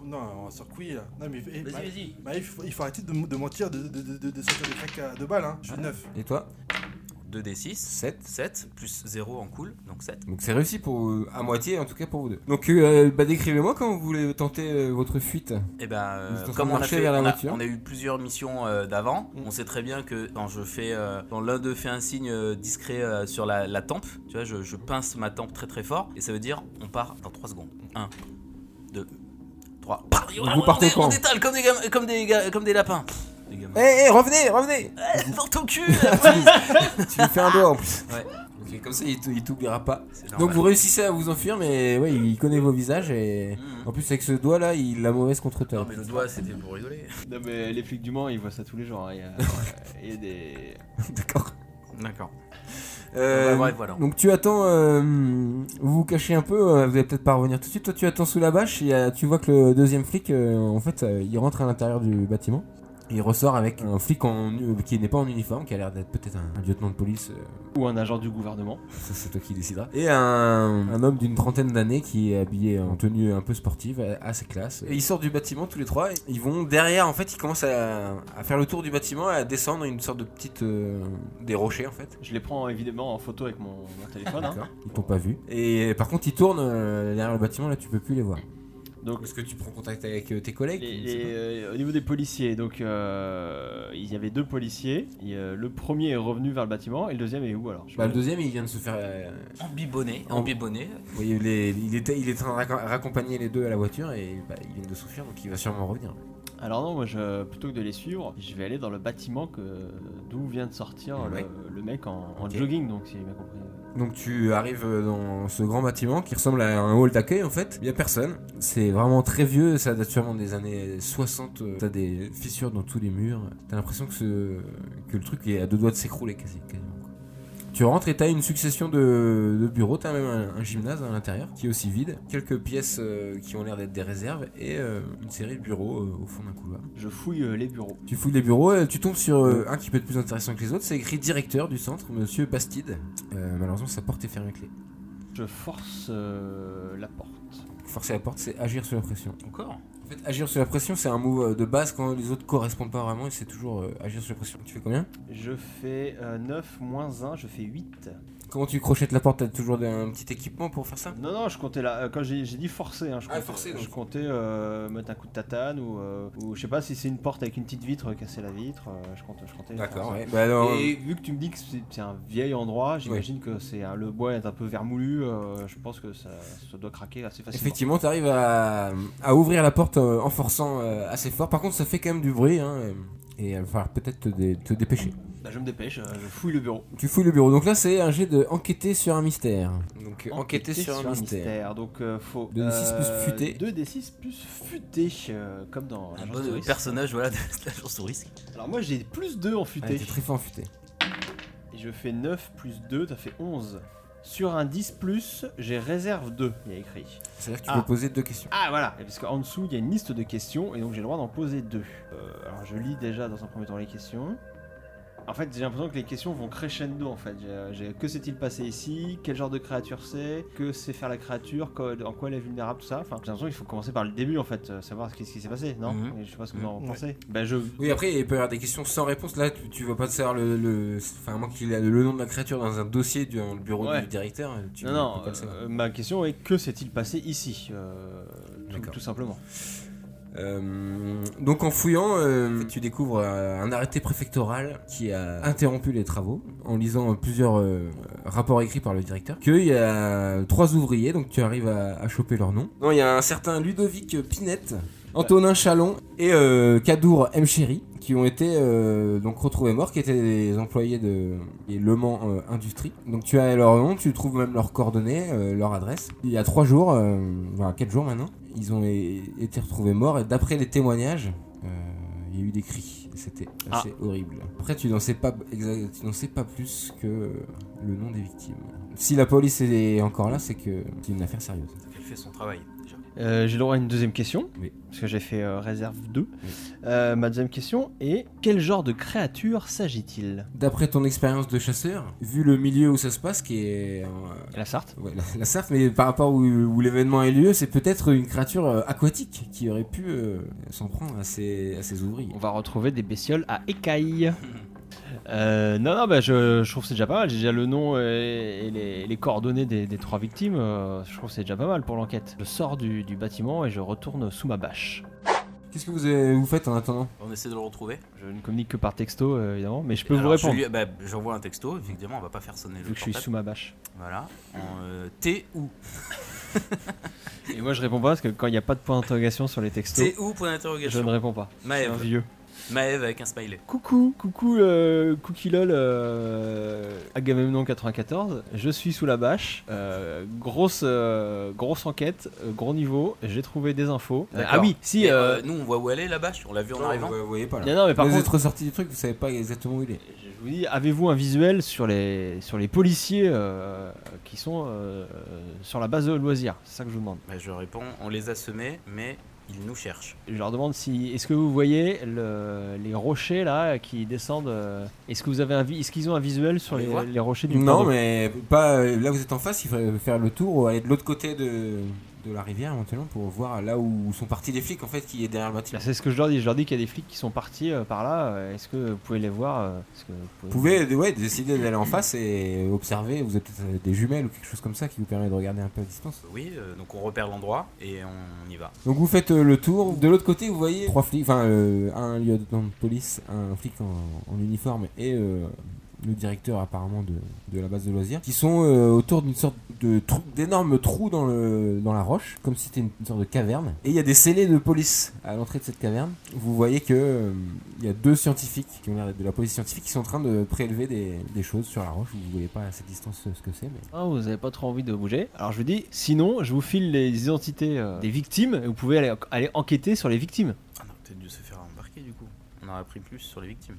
Non, on va se recouiller, là. Non, mais. eh, bah, Vas-y, vas-y. bah, il, faut, il faut arrêter de, m- de mentir, de, de, de, de, de sortir des craques à deux balles, hein. Je suis neuf. Et toi 2d6, 7 7 plus 0 en cool, donc 7. Donc c'est réussi pour euh, à moitié en tout cas pour vous deux. Donc euh, bah, décrivez-moi quand vous voulez tenter euh, votre fuite. Et ben, Vous êtes en euh, train de comme on a, marcher fait- vers la on, a, voiture. on a eu plusieurs missions euh, d'avant, Mm. on sait très bien que quand je fais, euh, quand l'un d'eux fait un signe euh, discret euh, sur la, la tempe, tu vois, je, je pince ma tempe très très fort, et ça veut dire on part dans 3 secondes. 1, 2, 3. Vous partez on, quand détale comme des, gam- comme des, ga- comme des lapins. Pff, les gamins. Eh revenez revenez Eh, Dans ton cul Tu lui fais un doigt en plus. Ouais. Ok comme ça il t- il t'oubliera pas. C'est Donc normal. vous réussissez à vous enfuir mais ouais il connaît vos visages et Mhm. en plus avec ce doigt là il la mauvaise contre Non, toi. mais le doigt, c'était pour rigoler. Non mais les flics du Mans, ils voient ça tous les jours. hein, Il y a, il y a des... D'accord. D'accord. Euh, Ouais, bref, voilà. Donc tu attends, euh, vous vous cachez un peu, euh, vous allez peut-être pas revenir tout de suite. Toi tu attends sous la bâche et euh, tu vois que le deuxième flic, euh, en fait, euh, il rentre à l'intérieur du bâtiment. Il ressort avec un flic en- euh, qui n'est pas en uniforme, qui a l'air d'être peut-être un, un lieutenant de police, euh, Ou un agent du gouvernement. ça c'est toi qui décideras. Et un, un homme d'une trentaine d'années qui est habillé en tenue un peu sportive, euh, assez classe. Et ils sortent du bâtiment tous les trois. et Ils vont derrière, en fait, ils commencent à, à faire le tour du bâtiment, à descendre une sorte de petite. euh, des rochers en fait. Je les prends évidemment en photo avec mon, mon téléphone. hein. D'accord. Ils t'ont pas vu. Et par contre, ils tournent euh, derrière le bâtiment, là tu peux plus les voir. Donc, Est-ce que tu prends contact avec euh, tes collègues Les- Je sais les- euh, au niveau des policiers, donc euh, il y avait deux policiers. Et, euh, le premier est revenu vers le bâtiment et le deuxième est où alors Je pas. Bah, me- le deuxième, il vient de se faire. euh, En bibonné, en bibonné. oui, il est- il, était, il est en train de racco- raccompagner les deux à la voiture et bah, ils viennent de souffrir donc il va sûrement revenir. Alors non, moi je, plutôt que de les suivre, je vais aller dans le bâtiment que d'où vient de sortir le- Ouais. le, mec en, en Ok. jogging, donc si j'ai bien compris. Donc tu arrives dans ce grand bâtiment qui ressemble à un hall d'accueil en fait. Il y a personne. C'est vraiment très vieux, ça date sûrement des années 60. euh, T'as des fissures dans tous les murs. T'as l'impression que, ce... que le truc est à deux doigts de s'écrouler quasi, quasiment. quoi. Tu rentres et t'as une succession de, de bureaux, t'as même un, un gymnase à l'intérieur qui est aussi vide, quelques pièces euh, qui ont l'air d'être des réserves et euh, une série de bureaux euh, au fond d'un couloir. Je fouille euh, les bureaux. Tu fouilles les bureaux, euh, tu tombes sur euh, un qui peut être plus intéressant que les autres, c'est écrit directeur du centre, monsieur Bastide. Euh, malheureusement sa porte est fermée à clé. Je force euh, la porte. Forcer la porte, c'est agir sous la pression. Encore En fait, agir sous la pression, c'est un mot euh, de base quand les autres correspondent pas vraiment et c'est toujours euh, agir sous la pression. Tu fais combien Je fais euh, 9 moins 1, je fais 8. Comment tu crochettes la porte T'as toujours des- un petit équipement pour faire ça Non, non, je comptais là. euh, Quand j'ai j'ai dit forcer, hein, je Ah, comptais, forcer, donc. je comptais euh, mettre un coup de tatane ou, euh, ou je sais pas si c'est une porte avec une petite vitre, euh, casser la vitre. euh, je compte, je comptais. faire ça. ouais. Bah, alors, Et vu que tu me dis que c'est c'est un vieil endroit, j'imagine que c'est un- le bois est un peu vermoulu. euh, je pense que ça, ça doit craquer assez facilement. Effectivement, t'arrives à, à ouvrir la porte euh, en forçant euh, assez fort. Par contre, ça fait quand même du bruit hein, euh, et il va falloir peut-être te, dé- te dépêcher. Bah, je me dépêche, euh, je fouille le bureau. Tu fouilles le bureau. Donc là, c'est un jet de enquêter sur un mystère. Donc euh, enquêter, sur, un mystère. Donc euh, faut. Deux D6 plus futé. 2d6 plus futé, euh, comme dans Un l'agence bon touriste. personnage, voilà, de l'agence touriste. Alors moi j'ai plus 2 en Ah, futé. t'es très fort futé. Et je fais 9 plus 2, ça fait 11. Sur un 10 plus, j'ai réserve 2, il y a écrit. C'est-à-dire que tu Ah. peux poser deux questions. Ah voilà, et parce qu'en dessous il y a une liste de questions et donc j'ai le droit d'en poser deux. Euh, alors je lis déjà dans un premier temps les questions. En fait j'ai l'impression que les questions vont crescendo en fait. J'ai- j'ai- que s'est-il passé ici Quel genre de créature c'est Que sait faire la créature Quoi- En quoi elle est vulnérable Tout ça. Enfin j'ai l'impression qu'il faut commencer par le début en fait, euh, savoir ce qu'est-ce qui s'est passé, non Mhm. Et Je sais pas ce que vous en Mhm. pensez. Ben je... Oui, après, il peut y avoir des questions sans réponse. Là, tu, tu vas pas te savoir le. le- enfin, à moins qu'il ait le nom de la créature dans un dossier du dans le bureau Ouais. du directeur. Tu non peux non, pas le savoir. euh, ma question est que s'est-il passé ici Euh, tout, D'accord. tout simplement. Euh, donc, en fouillant, euh, tu découvres euh, un arrêté préfectoral qui a interrompu les travaux en lisant euh, plusieurs euh, rapports écrits par le directeur. Qu'il y a trois ouvriers, donc tu arrives à, à choper leur nom. Non, il y a un certain Ludovic Pinette. Antonin Chalon et euh, Kadour Mchéri qui ont été euh, donc retrouvés morts, qui étaient des employés de et Le Mans euh, Industrie. Donc tu as leur nom, tu trouves même leurs coordonnées, euh, leur adresse. Il y a trois jours, euh, enfin quatre jours maintenant, ils ont é- été retrouvés morts et d'après les témoignages, euh, il y a eu des cris. C'était assez horrible. Après, tu n'en sais pas exa- tu n'en sais pas plus que euh, le nom des victimes. Si la police est encore là, c'est que c'est une affaire sérieuse. Elle fait son travail, déjà. Euh, j'ai le droit à une deuxième question, Oui. parce que j'ai fait euh, réserve 2. Oui. Euh, ma deuxième question est quel genre de créature s'agit-il D'après ton expérience de chasseur, vu le milieu où ça se passe, qui est euh, La Sarthe ouais, la, la Sarthe, mais par rapport où, où l'événement a eu lieu, c'est peut-être une créature euh, aquatique qui aurait pu euh, s'en prendre à ses, à ses ouvriers. On va retrouver des bestioles à écailles. Euh, non, non, bah, je, je trouve que c'est déjà pas mal. J'ai déjà le nom et, et les, les coordonnées des, des trois victimes. euh, je trouve que c'est déjà pas mal pour l'enquête. Je sors du, du bâtiment et je retourne sous ma bâche. Qu'est-ce que vous, avez- vous faites en attendant On essaie de le retrouver. Je ne communique que par texto, euh, évidemment, mais je peux vous Alors, je répondre. lui- bah, J'envoie un texto, évidemment, on va pas faire sonner Vu le que je suis portable. sous ma bâche. Voilà. En, euh, T'es où Et moi je réponds pas parce que quand il n'y a pas de point d'interrogation sur les textos, T'es où Point je d'interrogation. ne réponds pas. Je suis un Maëv. vieux. Maeve avec un smiley. Coucou, coucou, euh, Cookie LOL euh, Agamemnon94, je suis sous la bâche. euh, grosse, euh, grosse enquête, euh, gros niveau, j'ai trouvé des infos. Euh, ah D'accord. oui, si. Et, euh, euh, nous, on voit où elle est la bâche, on l'a vu en Non, arrivant. vous, vous voyez pas là. non, non, mais par vous contre, êtes ressorti du truc, vous savez pas exactement où il est. je vous dis, avez-vous un visuel sur les, sur les policiers euh, qui sont euh, euh, sur la base de loisirs C'est ça que je vous demande. Bah, je réponds, on les a semés, mais ils nous cherchent. Je leur demande si. Est-ce que vous voyez le- les rochers là qui descendent euh, Est-ce que vous avez un vi- Est-ce qu'ils ont un visuel sur On les les, voit les rochers du Non, plan d'eau mais pas. euh, Là, vous êtes en face, il faudrait faire le tour, ou aller de l'autre côté de, de la rivière éventuellement pour voir là où sont partis les flics en fait qui est derrière le Bah, bâtiment. C'est ce que je leur dis. Je leur dis qu'il y a des flics qui sont partis euh, par là. euh, Est-ce que vous pouvez les voir euh, Est-ce que Vous pouvez euh, ouais, décider d'aller en face et observer. Vous êtes peut-être euh, des jumelles ou quelque chose comme ça qui vous permet de regarder un peu à distance. Oui, euh, donc on repère l'endroit et on y va. Donc vous faites euh, le tour. De l'autre côté, vous voyez trois flics, enfin euh, un lieutenant de police, un flic en, en uniforme et euh, le directeur apparemment de, de la base de loisirs, qui sont euh, autour d'une sorte de trou, d'énorme trou dans le dans la roche, comme si c'était une, une sorte de caverne. Et il y a des scellés de police à l'entrée de cette caverne. Vous voyez que euh, il y a deux scientifiques qui ont l'air d'être de la police scientifique qui sont en train de prélever des, des choses sur la roche. Vous voyez pas à cette distance euh, ce que c'est, mais Ah, vous n'avez pas trop envie de bouger. Alors je vous dis, sinon, je vous file les identités euh, des victimes et vous pouvez aller, aller enquêter sur les victimes. Ah non, peut-être dû se faire embarquer du coup. On aurait appris plus sur les victimes.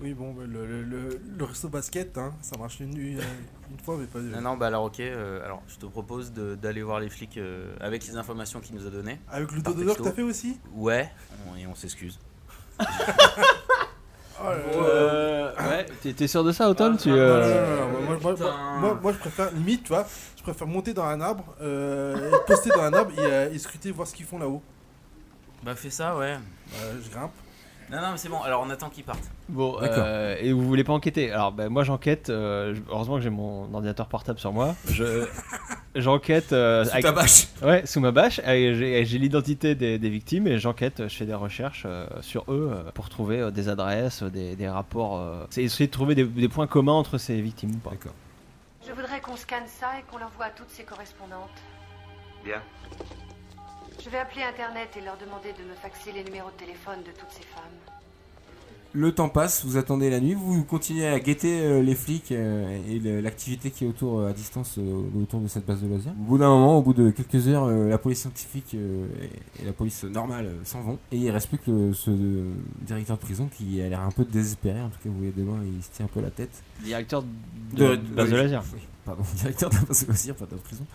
Oui, bon, bah, le, le, le, le resto basket, hein, ça marche une, une, une fois, mais pas deux. Non, non, bah alors ok, euh, alors je te propose de- d'aller voir les flics euh, avec les informations qu'il nous a données. Avec le Par dodo que texto. t'as fait aussi Ouais, on- et on s'excuse. Oh là là. Euh, ouais, t'es- t'es sûr de ça, Autumn tu, Non, non, euh, non, non, moi, moi, moi, moi, moi, je préfère, limite, tu vois, je préfère monter dans un arbre, euh, et poster dans un arbre et, euh, et scruter, voir ce qu'ils font là-haut. Bah fais ça, ouais. Euh, je grimpe. Non, non, mais c'est bon, alors on attend qu'ils partent. Bon, D'accord. euh, et vous voulez pas enquêter Alors, ben, moi j'enquête. euh, je- heureusement que j'ai mon ordinateur portable sur moi. Je j'enquête euh, Sous avec- ta bâche. ouais, sous ma bâche. et J'ai j'ai l'identité des, des victimes et j'enquête. Je fais des recherches euh, sur eux euh, pour trouver euh, des adresses, des, des rapports. euh, c'est essayer de trouver des, des points communs entre ces victimes. ou pas. D'accord. Je voudrais qu'on scanne ça et qu'on l'envoie à toutes ses correspondantes. Bien. Je vais appeler Internet et leur demander de me faxer les numéros de téléphone de toutes ces femmes. Le temps passe, vous attendez la nuit, vous continuez à guetter euh, les flics euh, et le- l'activité qui est autour euh, à distance euh, autour de cette base de loisirs. Au bout d'un moment, au bout de quelques heures, euh, la police scientifique euh, et, et la police normale euh, s'en vont et il reste plus que le- ce euh, directeur de prison qui a l'air un peu désespéré. En tout cas, vous voyez demain, il se tient un peu la tête. Directeur de, de, base de oui, loisirs. oui, pardon, directeur de la base de loisirs, pas de prison.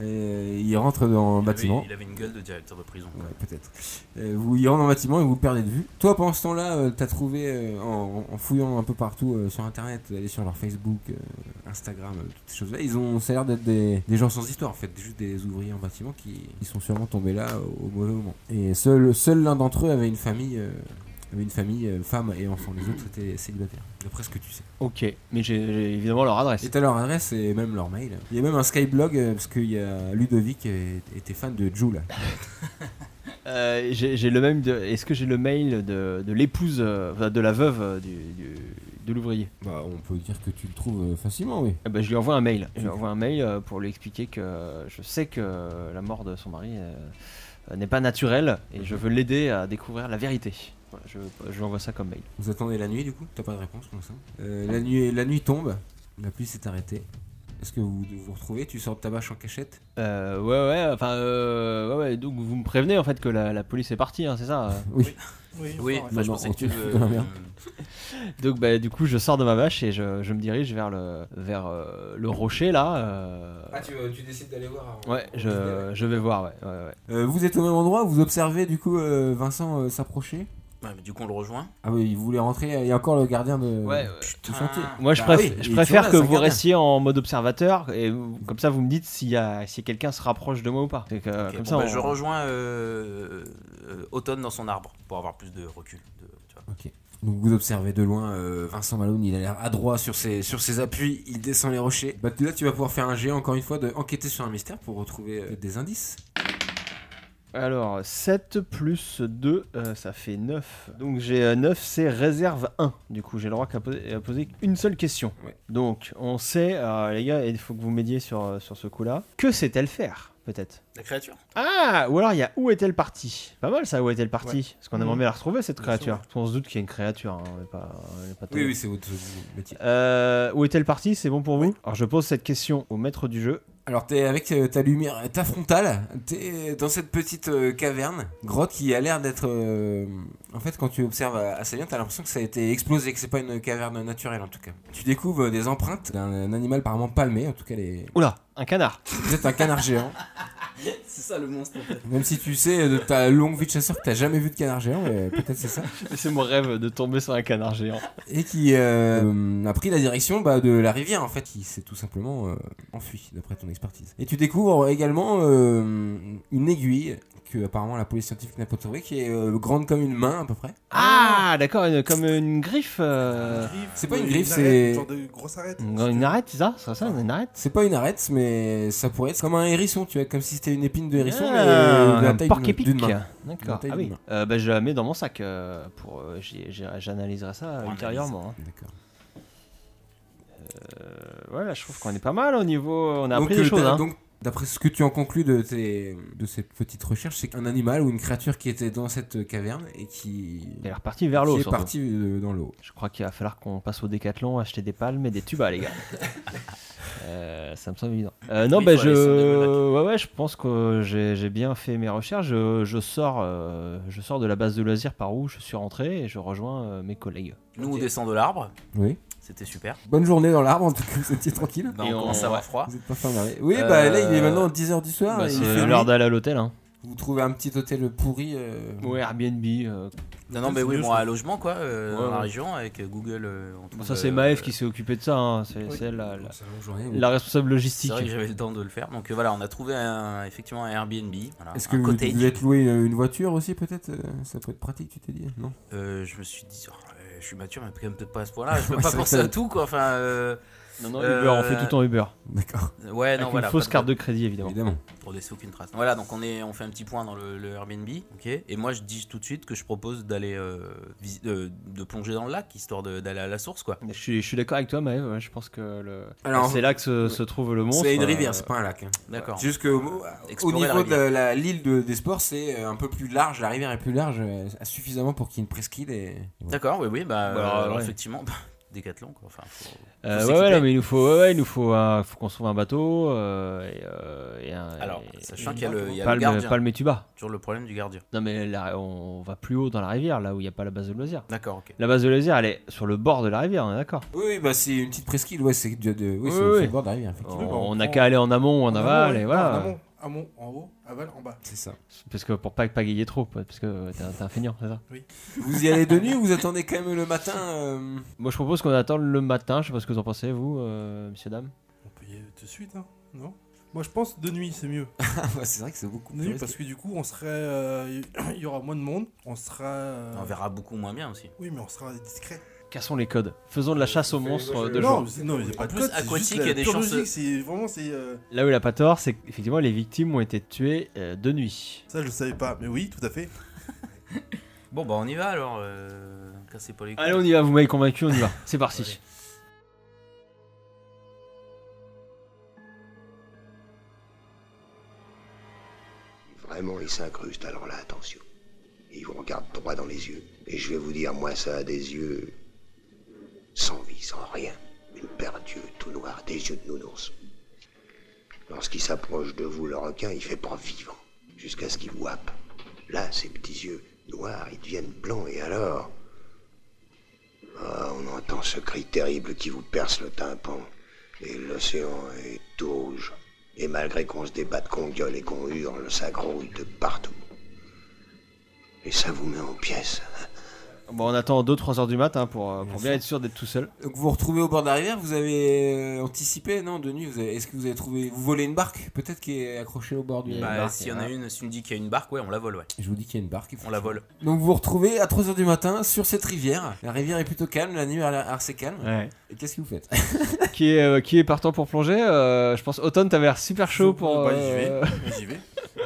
Et il rentre dans le Il avait- bâtiment. Il, avait une gueule de directeur de prison. Ouais, peut-être. Euh, vous y rentrez dans le bâtiment et vous perdez de vue. Toi, pendant ce temps-là, euh, t'as trouvé, euh, en, en fouillant un peu partout euh, sur Internet, aller sur leur Facebook, euh, Instagram, euh, toutes ces choses-là, ils ont, ça a l'air d'être des, des gens sans histoire, en fait, juste des ouvriers en bâtiment qui ils sont sûrement tombés là au, au mauvais moment. Et seul, seul l'un d'entre eux avait une famille, euh, avait une famille, euh, femme et enfant. Les autres étaient célibataires, d'après ce que tu sais. Ok, mais j'ai j'ai évidemment leur adresse. Et t'as leur adresse et même leur mail. Il y a même un Skyblog, euh, parce qu'il y a Ludovic euh, était fan de Joule. Euh, j'ai j'ai le même. de- Est-ce que j'ai le mail de, de l'épouse, euh, enfin, de la veuve euh, du, du- de l'ouvrier Bah, on peut dire que tu le trouves euh, facilement, oui. Eh ben, je lui envoie un mail. Je lui envoie un mail euh, pour lui expliquer que je sais que la mort de son mari euh, euh, n'est pas naturelle et je veux l'aider à découvrir la vérité. Voilà, je, je lui envoie ça comme mail. Vous attendez la nuit du coup T'as pas de réponse pour l'instant Euh, la, nuit, la nuit tombe, la pluie s'est arrêtée. Est-ce que vous vous retrouvez Tu sors de ta bâche en cachette Euh, ouais, ouais, enfin, euh, ouais, ouais, donc vous me prévenez en fait que la, la police est partie, hein, c'est ça euh. Oui, Oui, bah, enfin, enfin, je non, pensais on que tu te- veux. de la merde. Donc bah, du coup, je sors de ma vache et je, je me dirige vers le, vers, euh, le rocher là. euh. Ah, tu, décides d'aller voir Ouais, je, je vais voir, ouais, ouais, ouais. Euh, vous êtes au même endroit, vous observez du coup euh, Vincent euh, s'approcher. Ouais, mais du coup, on le rejoint. Ah oui, il voulait rentrer, il y a encore le gardien de, Ouais, ouais. du chantier. Moi, je, Bah préf- oui, je il est préfère que toujours là, c'est un vous gardien. restiez en mode observateur et vous- comme ça, vous me dites s'il y a- si quelqu'un se rapproche de moi ou pas. Donc, euh, Ok, comme bon, ça, bah, on- je rejoins euh, euh, Automne dans son arbre pour avoir plus de recul. de- tu vois. Donc vous observez de loin euh, Vincent Malone, il a l'air adroit sur ses, sur ses appuis, il descend les rochers. Bah, là, tu vas pouvoir faire un jet encore une fois de enquêter sur un mystère pour retrouver euh, des indices. Alors, 7 plus 2, euh, ça fait 9. Donc, j'ai euh, 9, c'est réserve 1. Du coup, j'ai le droit qu'à poser, à poser une seule question. Ouais. euh, Donc, on sait, alors, les gars, il faut que vous m'aidiez sur, euh, sur ce coup-là. Que sait-elle faire peut-être. La créature Ah Ou alors il y a Où est-elle partie Pas mal ça, Où est-elle partie Parce qu'on Mhm. aimerait bien la retrouver cette Bien créature. sûr, On se doute qu'il y a une créature, hein, on est pas, on est pas Oui, tombé. oui, c'est votre métier. Euh, où est-elle partie C'est bon pour vous Alors je pose cette question au maître du jeu. Alors t'es avec euh, ta lumière, ta frontale, t'es dans cette petite euh, caverne, grotte qui a l'air d'être... euh, En fait quand tu observes à- assez bien, t'as l'impression que ça a été explosé, que c'est pas une caverne naturelle en tout cas. Tu découvres euh, des empreintes d'un animal apparemment palmé, en tout cas les... Oula, un canard peut-être un canard géant. C'est ça le monstre en fait. Même si tu sais euh, de ta longue vie de chasseur que t'as jamais vu de canard géant, mais peut-être c'est ça. C'est mon rêve de tomber sur un canard géant. Et qui euh, a pris la direction bah, de la rivière en fait, qui s'est tout simplement euh, enfui d'après ton expertise. Et tu découvres également euh, une aiguille que apparemment la police scientifique n'a pas trouvée, qui est euh, grande comme une main à peu près. Ah, d'accord, une- comme une griffe. euh, c'est pas une arête, griffe, c'est- Genre de grosse arête. Une, une arête, c'est ça C'est ça, une arête C'est pas une arête, mais ça pourrait être comme un hérisson, tu vois, comme si c'était une épine de hérisson, mais euh, Ah, de la un taille porc d'une- épique. d'une main. D'accord. taille Ah d'une oui. main. Euh, bah, je la mets dans mon sac. euh, pour, euh, j'y- j'y- J'analyserai ça analyse. ultérieurement. hein. D'accord. Euh, voilà, je trouve qu'on est pas mal au niveau. On a Donc, appris euh, des choses. d'a- Hein. donc, d'après ce que tu en conclus de, tes, de cette petite recherche, c'est qu'un animal ou une créature qui était dans cette caverne et qui, Elle est repartie vers l'eau. qui est surtout. partie euh, dans l'eau. Je crois qu'il va falloir qu'on passe au décathlon, acheter des palmes et des tubas, les gars. Euh, ça me semble évident. Euh, non, Oui, ben faut aller sur des je, ouais, ouais, je pense que j'ai j'ai bien fait mes recherches. Je, je sors, euh, je sors de la base de loisirs par où je suis rentré et je rejoins euh, mes collègues. Nous on descend de l'arbre, Oui. c'était super. Bonne journée dans l'arbre, en tout cas, vous étiez tranquille. Bah, Et on, on- commence à avoir froid. Vous êtes pas fermé. Oui, Euh, bah là, il est maintenant 10h du soir. Bah, il C'est fait l'heure nuit. d'aller à l'hôtel. Hein. Vous trouvez un petit hôtel pourri. euh, Ouais, Airbnb. euh, Non, non, mais c'est oui, mieux, bon, je un logement quoi, euh, Ouais, dans la ouais. région avec euh, Google. euh, on trouve, ça, c'est euh, Maëf qui s'est occupé de ça. hein. C'est c'est elle, la, la- C'est une longue journée, oui. la responsable C'est logistique. vrai que j'avais le temps de le faire. Donc euh, voilà, on a trouvé un- effectivement un Airbnb. voilà, Est-ce un que vous cottage. vous êtes loué euh, une, une voiture aussi, peut-être euh, Ça peut être pratique, tu t'es dit Non Euh, je me suis dit, oh, euh, je suis mature, mais quand même peut-être pas à ce point-là. Je peux Ouais, pas c'est penser vrai. à tout quoi. Enfin, euh, Non, non, Euh, Uber, on fait tout en Uber. D'accord, ouais, non, Avec voilà. une fausse pas de- carte de crédit, évidemment. évidemment. pour laisser aucune trace. Voilà, donc on, est, on fait un petit point dans le, le Airbnb, ok Et moi, je dis tout de suite que je propose d'aller euh, visi- euh, de plonger dans le lac, histoire de- d'aller à la source, quoi. Je suis, je suis d'accord avec toi, Maëv. ouais, je pense que le... Alors, c'est là que se, ouais. se trouve le monstre. C'est une euh, rivière, c'est pas un lac. hein. D'accord. C'est Juste qu'au au Explorer la niveau de rivière. la- l'île de- des sports, c'est euh, un peu plus large. La rivière est plus large, euh, suffisamment pour qu'il y ait une presqu'île. Et... D'accord, oui, oui, bah, Bah, euh, alors ouais. effectivement, décathlon, quoi. Enfin, faut- Euh, faut ouais, ouais, s'équiper. non, mais il nous faut, ouais, ouais, il nous faut, un- faut qu'on se trouve un bateau euh, et, euh, et un. Alors, et- sachant qu'il y a le, il y a le Palme, gardien, Palme et Tuba. toujours le problème du gardien. Non, mais là, on va plus haut dans la rivière, là où il n'y a pas la base de loisirs. D'accord, ok. La base de loisirs, elle est sur le bord de la rivière, on est d'accord. Oui, oui, bah, c'est une petite presqu'île. Ouais, c'est de, de- oui, Oui, c'est au- oui. Oh. c'est au bord de la rivière, effectivement. veux, bah, On on n'a prend- qu'à aller en amont, en aval, amont, et en voilà. amont, amont, en haut, aval, en bas. C'est ça. Parce que pour pas pagayer trop, parce que t'es un, t'es un feignant, c'est ça. Vous y allez de nuit ou vous attendez quand même le matin euh, Moi, je propose qu'on attende le matin. Je sais pas ce que vous en pensez, vous, euh, messieurs dames. On peut y aller tout de suite, hein Non Moi, je pense de nuit, c'est mieux. Ah, bah, C'est vrai que c'est beaucoup De plus nuit, risqué. parce que du coup, on serait. euh, Il y aura moins de monde. On sera. euh, On verra beaucoup moins bien aussi. Oui, mais on sera discret. Cassons les codes. Faisons de la chasse aux monstres de non, jour. c'est- non, il n'y a pas de plus, code, c'est juste aquatique, la il y a des pure chances- logique, C'est vraiment, c'est. euh, Là où il a pas tort, c'est qu'effectivement, les victimes ont été tuées euh, de nuit. Ça, je le savais pas. Mais oui, tout à fait. Bon, bah, on y va alors. Euh... Cassez pas les couilles. Allez, on y va, vous m'avez convaincu, on y va. C'est parti. Allez. Vraiment, ils s'incrustent, alors là, attention. Ils vous regardent droit dans les yeux. Et je vais vous dire, moi, ça a des yeux. sans vie, sans rien. Une paire d'yeux tout noirs, des yeux de nounours. Lorsqu'il s'approche de vous, le requin, il fait pas vivant, jusqu'à ce qu'il vous happe. Là, ses petits yeux noirs, ils deviennent blancs, et alors. Ah, on entend ce cri terrible qui vous perce le tympan. Et l'océan est tout rouge. Et malgré qu'on se débatte, qu'on gueule et qu'on hurle, ça grouille de partout. Et ça vous met en pièces. Bon, on attend 2-3 heures du matin pour, euh, pour bien être sûr d'être tout seul. Donc vous vous retrouvez au bord de la rivière, vous avez euh, anticipé, non, de nuit, vous avez- est-ce que vous avez trouvé, vous volez une barque, peut-être qui est accrochée au bord du. Bah, barque, s'il y en a voilà. une, si tu me dis qu'il y a une barque, ouais, on la vole, ouais. Je vous dis qu'il y a une barque. On la vole. Donc vous vous retrouvez à 3h du matin sur cette rivière. La rivière est plutôt calme, la nuit elle est assez calme. Ouais. Et qu'est-ce que vous faites qui, est, euh, qui est partant pour plonger euh, Je pense, Automne, t'avais l'air super chaud pour. Bah, j'y vais. euh, J'y vais.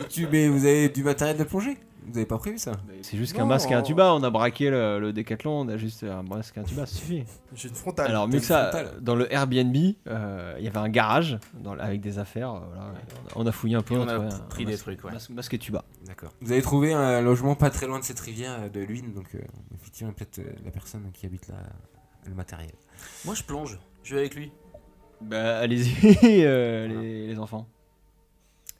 Tu, mais vous avez du matériel de plongée Vous avez pas prévu ça C'est juste qu'un masque et un tuba, on a braqué le, le décathlon, on a juste un masque et un tuba, ça suffit. J'ai une frontale. Alors, mieux t'as que une ça, frontale. dans le Airbnb, euh, il y avait un garage dans le- avec des affaires. euh, voilà, on a fouillé un peu. Et on a trouvé pris un des masque- trucs, ouais. masque- Masque et tuba. D'accord. Vous avez trouvé un logement pas très loin de cette rivière euh, de Luynes, donc euh, effectivement, peut-être euh, la personne qui habite là a le matériel. Moi, je plonge. Je vais avec lui. Bah, allez-y, euh, les, les enfants.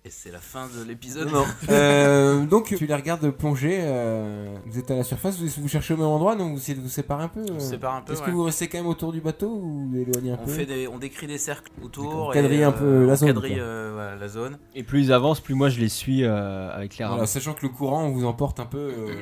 Et c'est la fin de l'épisode. Euh, donc, tu les regardes plonger, euh, vous êtes à la surface, vous, vous cherchez au même endroit, donc vous essayez de vous séparer un peu euh. On se sépare un peu. Est-ce ouais. que vous restez quand même autour du bateau ou vous éloignez un on, peu fait des, on décrit des cercles D'accord. autour. Quadriller un peu la on zone, quadrille, quoi. euh, voilà, la zone. Et plus ils avancent, plus moi je les suis euh, avec les rames. Voilà, sachant que le courant vous emporte un peu, euh,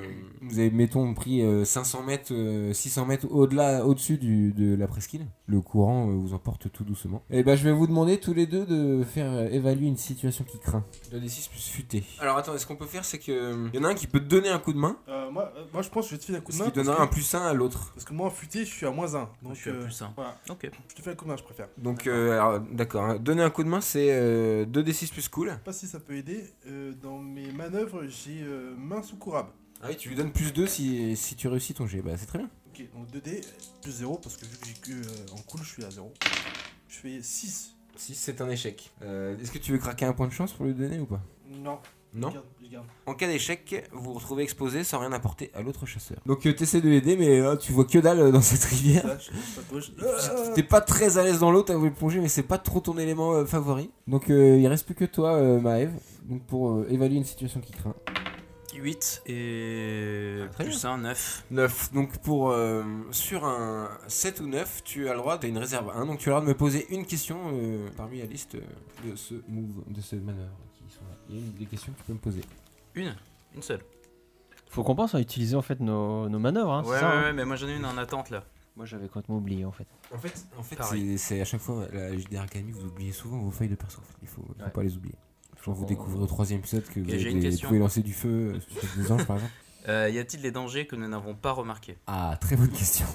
vous avez, mettons, pris euh, 500 mètres, euh, 600 mètres au-delà, au-dessus du- de la presqu'île. Le courant euh, vous emporte tout doucement. Et ben, je vais vous demander tous les deux de faire euh, évaluer une situation qui craint. Le D6 plus futé. Alors attends, ce qu'on peut faire, c'est que il y en a un qui peut te donner un coup de main, Euh, moi, euh, moi, je pense que je vais te filer un coup de ce main. qui parce donnera que- un plus 1 à l'autre. Parce que moi, en futé, je suis à moins 1. Donc, je suis à euh, plus un. Voilà. Ok. Je te fais un coup de main, je préfère. Donc, euh, alors, d'accord, hein. donner un coup de main, c'est euh, 2D6 plus cool. Je sais pas si ça peut aider. Euh, dans mes manœuvres, j'ai euh, main soucourable. Ah oui, tu lui donnes plus 2 si, si tu réussis ton jet. Bah, c'est très bien. Ok, donc 2D plus 0 parce que vu que j'ai que euh, en cool, je suis à 0. Je fais 6. 6, c'est un échec. Euh, est-ce que tu veux craquer un point de chance pour lui donner ou pas Non, Non je garde. Je garde. En cas d'échec, vous vous retrouvez exposé sans rien apporter à l'autre chasseur. Donc euh, t'essaies de l'aider, mais euh, tu vois que dalle euh, dans cette rivière. Là, je je patauge. T'es pas très à l'aise dans l'eau, t'as voulu plonger, mais c'est pas trop ton élément euh, favori. Donc euh, il reste plus que toi, euh, Maëv, donc pour euh, évaluer une situation qui craint. 8 et Ah, très plus 1, 9. 9. Donc pour euh, sur un 7 ou 9, tu as le droit, t'as une réserve 1, donc tu as le droit de me poser une question euh, parmi la liste euh, de ce move, de ce manœuvre qui sont là. Il y a une des questions que tu peux me poser. Une Une seule. Faut qu'on pense à utiliser en fait nos, nos manœuvres. Ah, hein, c'est ouais, ça, ouais, hein ouais, mais moi j'en ai une en attente là. Moi j'avais complètement oublié en fait. En fait, en fait Pareil. c'est- c'est à chaque fois, la JDR Academy, vous oubliez souvent vos feuilles de perso. en fait. Il faut, il faut Ouais. pas les oublier. Quand vous Bon. découvrez au troisième épisode que vous, j'ai avez une des- question. pouvez lancer du feu euh, sur des anges, par exemple. Euh, y a-t-il des dangers que nous n'avons pas remarqués Ah, très bonne question.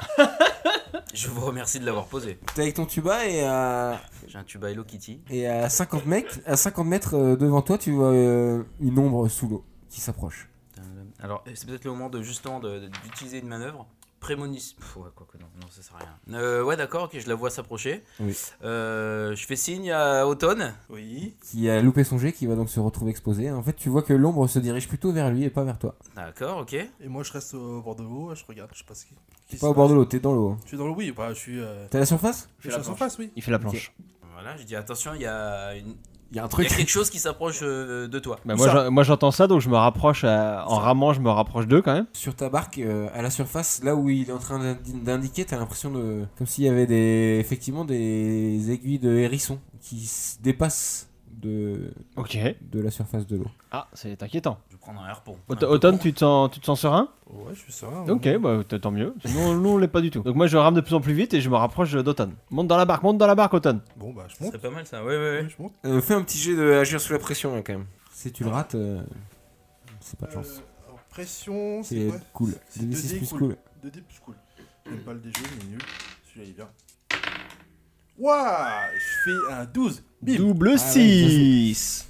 Je vous remercie de l'avoir posé. T'es avec ton tuba et à, J'ai un tuba Hello Kitty. et à, 50, mètres, à 50 mètres euh, devant toi, tu vois euh, une ombre sous l'eau qui s'approche. Euh, Alors, c'est peut-être le moment de justement de- de- d'utiliser une manœuvre. Prémonition. Pff, Ouais, quoi que non, non, ça sert à rien. Euh, ouais, d'accord, ok, je la vois s'approcher. Oui. Euh, je fais signe à Automne. Oui. Qui a loupé son jet, qui va donc se retrouver exposé. En fait, tu vois que l'ombre se dirige plutôt vers lui et pas vers toi. D'accord, ok. Et moi, je reste au bord de l'eau. Je regarde. Je sais pas ce qui. T'es pas au bord de l'eau, t'es dans l'eau. hein. Je suis dans l'eau, oui. Bah, je suis. Euh... T'es à la surface Je suis à la surface, oui. Il fait la Ok. planche. Voilà, je dis attention, il y a une- Il y a un il y truc. a quelque chose qui s'approche euh, de toi. Bah, Où moi, ça j'en- moi j'entends ça donc je me rapproche à- en Ça. ramant, je me rapproche d'eux quand même. sur ta barque euh, à la surface là où il est en train d'indi- d'indiquer t'as l'impression de comme s'il y avait des effectivement des aiguilles de hérisson qui s- dépassent de Ok. de la surface de l'eau Ah, c'est inquiétant. Je vais prendre un harpon. Auto- Automne, tu te sens, tu te sens serein Ouais, je suis hein. serein. Ok, bah t- tant mieux. Sinon, nous on l'est pas du tout. Donc moi je rame de plus en plus vite et je me rapproche d'Automne. Monte dans la barque, monte dans la barque, Automne. Bon, bah, je C'est monte. pas mal ça, ouais, ouais, ouais. Je monte. Euh, fais un petit jet de agir sous la pression là quand même si tu le rates euh, c'est pas de chance Euh, alors, pression, c'est c'est quoi cool c'est 2d6 2D plus cool. cool 2D plus cool. J'aime pas le déjeu, il est nul. Celui-là, il est bien. Waouh Je fais un 12. Bim Double ouais, 6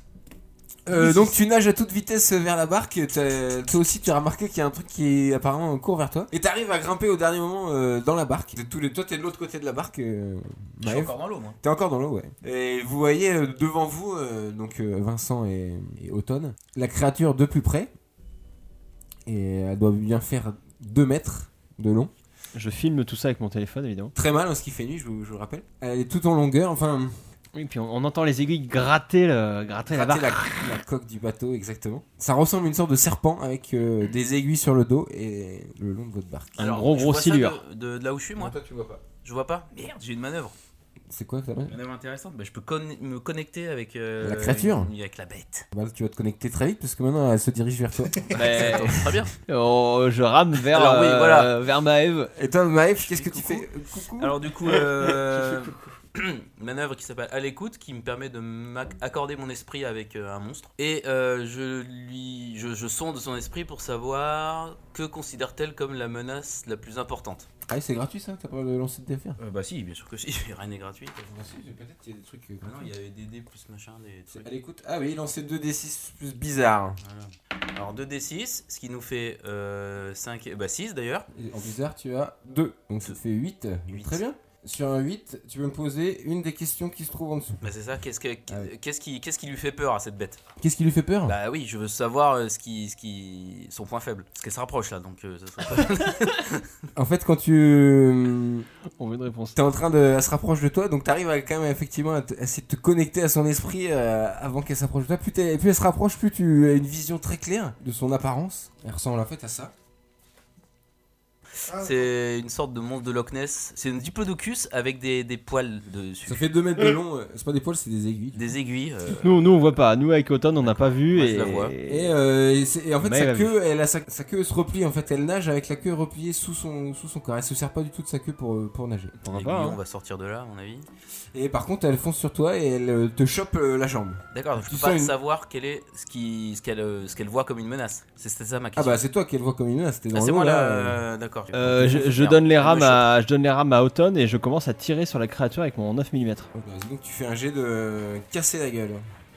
Euh, donc tu nages à toute vitesse vers la barque, t'as- toi aussi tu as remarqué qu'il y a un truc qui est apparemment court vers toi. Et t'arrives à grimper au dernier moment euh, dans la barque. T'es tous les- toi t'es de l'autre côté de la barque. euh, Bah Je suis Maëv. encore dans l'eau, moi. T'es encore dans l'eau, ouais. Et vous voyez euh, devant vous, euh, donc euh, Vincent et, et Automne, la créature de plus près. Et elle doit bien faire 2 mètres de long. Je filme tout ça avec mon téléphone évidemment. Très mal, parce qu'il fait nuit, je vous, je vous le rappelle. Elle est tout en longueur, enfin, Oui, puis on, on entend les aiguilles gratter, le- gratter la gratter barque. la, la coque du bateau, exactement. Ça ressemble à une sorte de serpent avec euh, des aiguilles sur le dos et le long de votre barque. Un gros je gros vois ça silure. De, de- de là où je suis, moi. toi, tu vois pas. Je vois pas. Merde, j'ai une manœuvre. C'est quoi ça là Une manœuvre intéressante. Bah, je peux con- me connecter avec. euh, La créature. Avec la bête. Bah, Tu vas te connecter très vite, parce que maintenant elle se dirige vers toi. Mais- Attends, Très bien. Oh, je rame vers, Alors oui, euh, voilà. vers Maëv. et toi, Maëf, qu'est-ce que tu Coucou. fais Coucou Alors du coup, euh, une manœuvre qui s'appelle à l'écoute, qui me permet de m'accorder mon esprit avec euh, un monstre. Et euh, je lui, je, je sonde son esprit pour savoir que considère-t-elle comme la menace la plus importante. Ah, et c'est gratuit ça T'as pas le lancer de défaire Euh, bah si, bien sûr que si, rien n'est gratuit. bah, Peut-être qu'il y a des trucs. Ah non, il y avait des dés plus machin, des trucs. À l'écoute. Ah oui, lancer 2d6 plus bizarre. Voilà. Alors 2d6, ce qui nous fait euh, 5, bah 6 d'ailleurs. Et en bizarre, tu as 2. Donc ça te fait 8. Huit. Très bien. Sur un 8, tu peux me poser une des questions qui se trouve en dessous. Bah c'est ça, qu'est-ce que- Ah oui. qu'est-ce qui, qu'est-ce qui lui fait peur à cette bête Qu'est-ce qui lui fait peur Bah oui, je veux savoir euh, ce qui, ce qui, son point faible. Parce qu'elle se rapproche là, donc euh, ça serait pas- En fait, quand euh, tu. On veut une réponse. T'es en train de. Elle se rapproche de toi, donc t'arrives à- quand même effectivement à, t- à essayer de te connecter à son esprit euh, avant qu'elle s'approche de toi. Plus, t'es- plus elle se rapproche, plus tu as une vision très claire de son apparence. Elle ressemble en fait à ça. C'est une sorte de monstre de Loch Ness. C'est une diplodocus avec des, des poils dessus. Ça fait 2 mètres de long, euh, c'est pas des poils, c'est des aiguilles. Des aiguilles. euh, Nous, nous, on voit pas. Nous, avec Auton, on n'a pas vu. Moi, je et... la vois. Et, euh, et c'est- et en fait, Mais sa elle a queue, elle a sa, sa queue se replie. En fait, elle nage avec la queue repliée sous son, sous son corps. Elle se sert pas du tout de sa queue pour, euh, pour nager. Pourquoi aiguillons, pas, on hein. va sortir de là, à mon avis. Et par contre, elle fonce sur toi et elle euh, te chope euh, la jambe. D'accord, donc je Tu peux pas sens une- savoir quel est ce qui, ce qu'elle, euh, ce qu'elle voit comme une menace. C'est c'était ça ma Ah question. bah, c'est toi qui le vois comme une menace. T'es dans Ah, c'est l'eau, moi là. euh. euh, D'accord. Euh, je, je donne les rames à, je donne les rames à Auton et je commence à tirer sur la créature avec mon 9 mm. Ok, vas-y, Donc tu fais un jet de casser la gueule.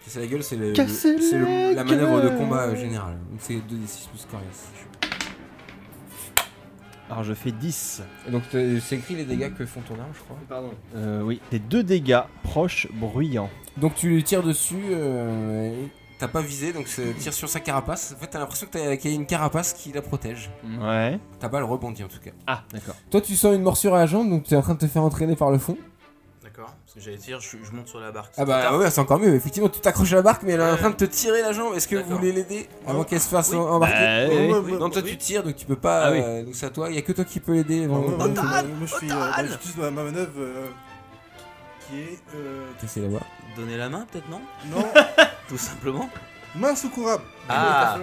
Casser la gueule, c'est le, Casser c'est le- la la manœuvre de gueule. combat euh, générale. Donc c'est 2d6 plus coriace. Alors je fais 10. Et donc t'as- c'est écrit les dégâts que font ton arme, je crois. Pardon. Euh, oui. Des deux dégâts proches bruyants. Donc tu lui tires dessus. euh, et T'as pas visé, donc c'est- tire sur sa carapace. En fait, t'as l'impression que t'as- qu'il y a une carapace qui la protège. Ouais. Ta balle rebondit en tout cas. Ah, d'accord. Toi, tu sens une morsure à la jambe, donc tu es en train de te faire entraîner par le fond. D'accord. Parce que j'allais dire, je, je monte sur la barque. Ah bah ouais, c'est encore mieux. Effectivement, tu t'accroches à la barque, mais elle est en train de te tirer la jambe. Est-ce que vous Euh. D'accord. voulez l'aider avant qu'elle se fasse Oui. Euh, embarquer Bah, oui. Ouais, ouais, oui. ouais, Non, toi, ouais. tu tires, donc tu peux pas. Ah oui. euh, donc c'est à toi. Il y a que toi qui peux l'aider. Ouais, vraiment. Oh, ouais, ouais, Tu- moi, moi, je suis. euh, bah, J'utilise ma, ma manœuvre euh, qui est. euh, Qu'est-ce qu'il y a là-bas Donner la main, peut-être, non non, Tout simplement. main secourable. Ah.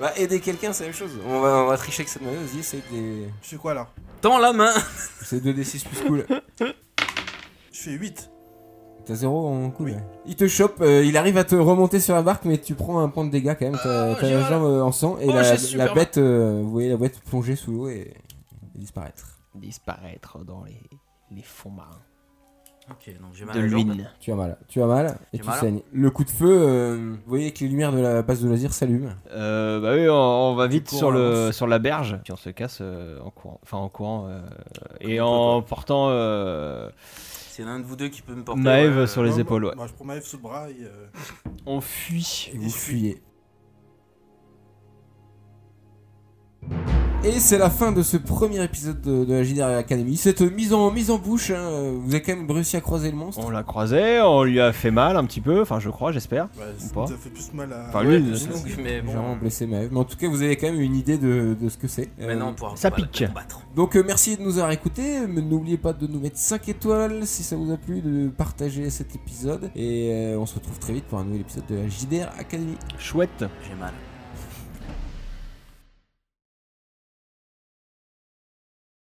Bah, aider quelqu'un, c'est la même chose. On va, on va tricher avec cette manœuvre. Vas-y, essaye des. Je fais quoi là Tends la main C'est 2d6 plus cool. Je fais 8. T'as 0 en cool. Il te chope, euh, il arrive à te remonter sur la barque, mais tu prends un point de dégâts quand même. T'as t'as la jambe euh, en sang et Ah, Oh, la, j'ai la super bête, euh, vous voyez la bête plonger sous l'eau et, et disparaître. Disparaître dans les, les fonds marins. Ok, donc j'ai mal De à la jambe. l'huile. Tu as mal, tu as mal et J'ai tu mal. saignes. Le coup de feu, euh, vous voyez que les lumières de la base de loisirs s'allument. Euh, bah oui, on, on va vite cours, sur, le, avance. sur la berge. Puis on se casse euh, en courant. Enfin, en courant. euh, et on peut, en portant euh, C'est l'un de vous deux qui peut me porter. Maeve ouais, sur euh, les Non, épaules. bah, Ouais. bah, je prends ma F sous le bras et. euh, On fuit. Et vous je suis- fuyez. Et c'est la fin de ce premier épisode de, de la JDR Academy. Cette mise en, mise en bouche, hein, vous avez quand même réussi à croiser le monstre. On l'a croisé, on lui a fait mal un petit peu. Enfin, je crois, j'espère. bah, pas. ça fait plus mal à. Enfin, ouais, lui, c'est longue, mais J'ai vraiment bon. blessé Maëv. Mais en tout cas, vous avez quand même une idée de, de ce que c'est. Euh, Maintenant, on pourra Ça on va la pique. combattre. Donc euh, merci de nous avoir écoutés, mais n'oubliez pas de nous mettre 5 étoiles si ça vous a plu, de partager cet épisode et euh, on se retrouve très vite pour un nouvel épisode de la JDR Academy. Chouette. J'ai mal.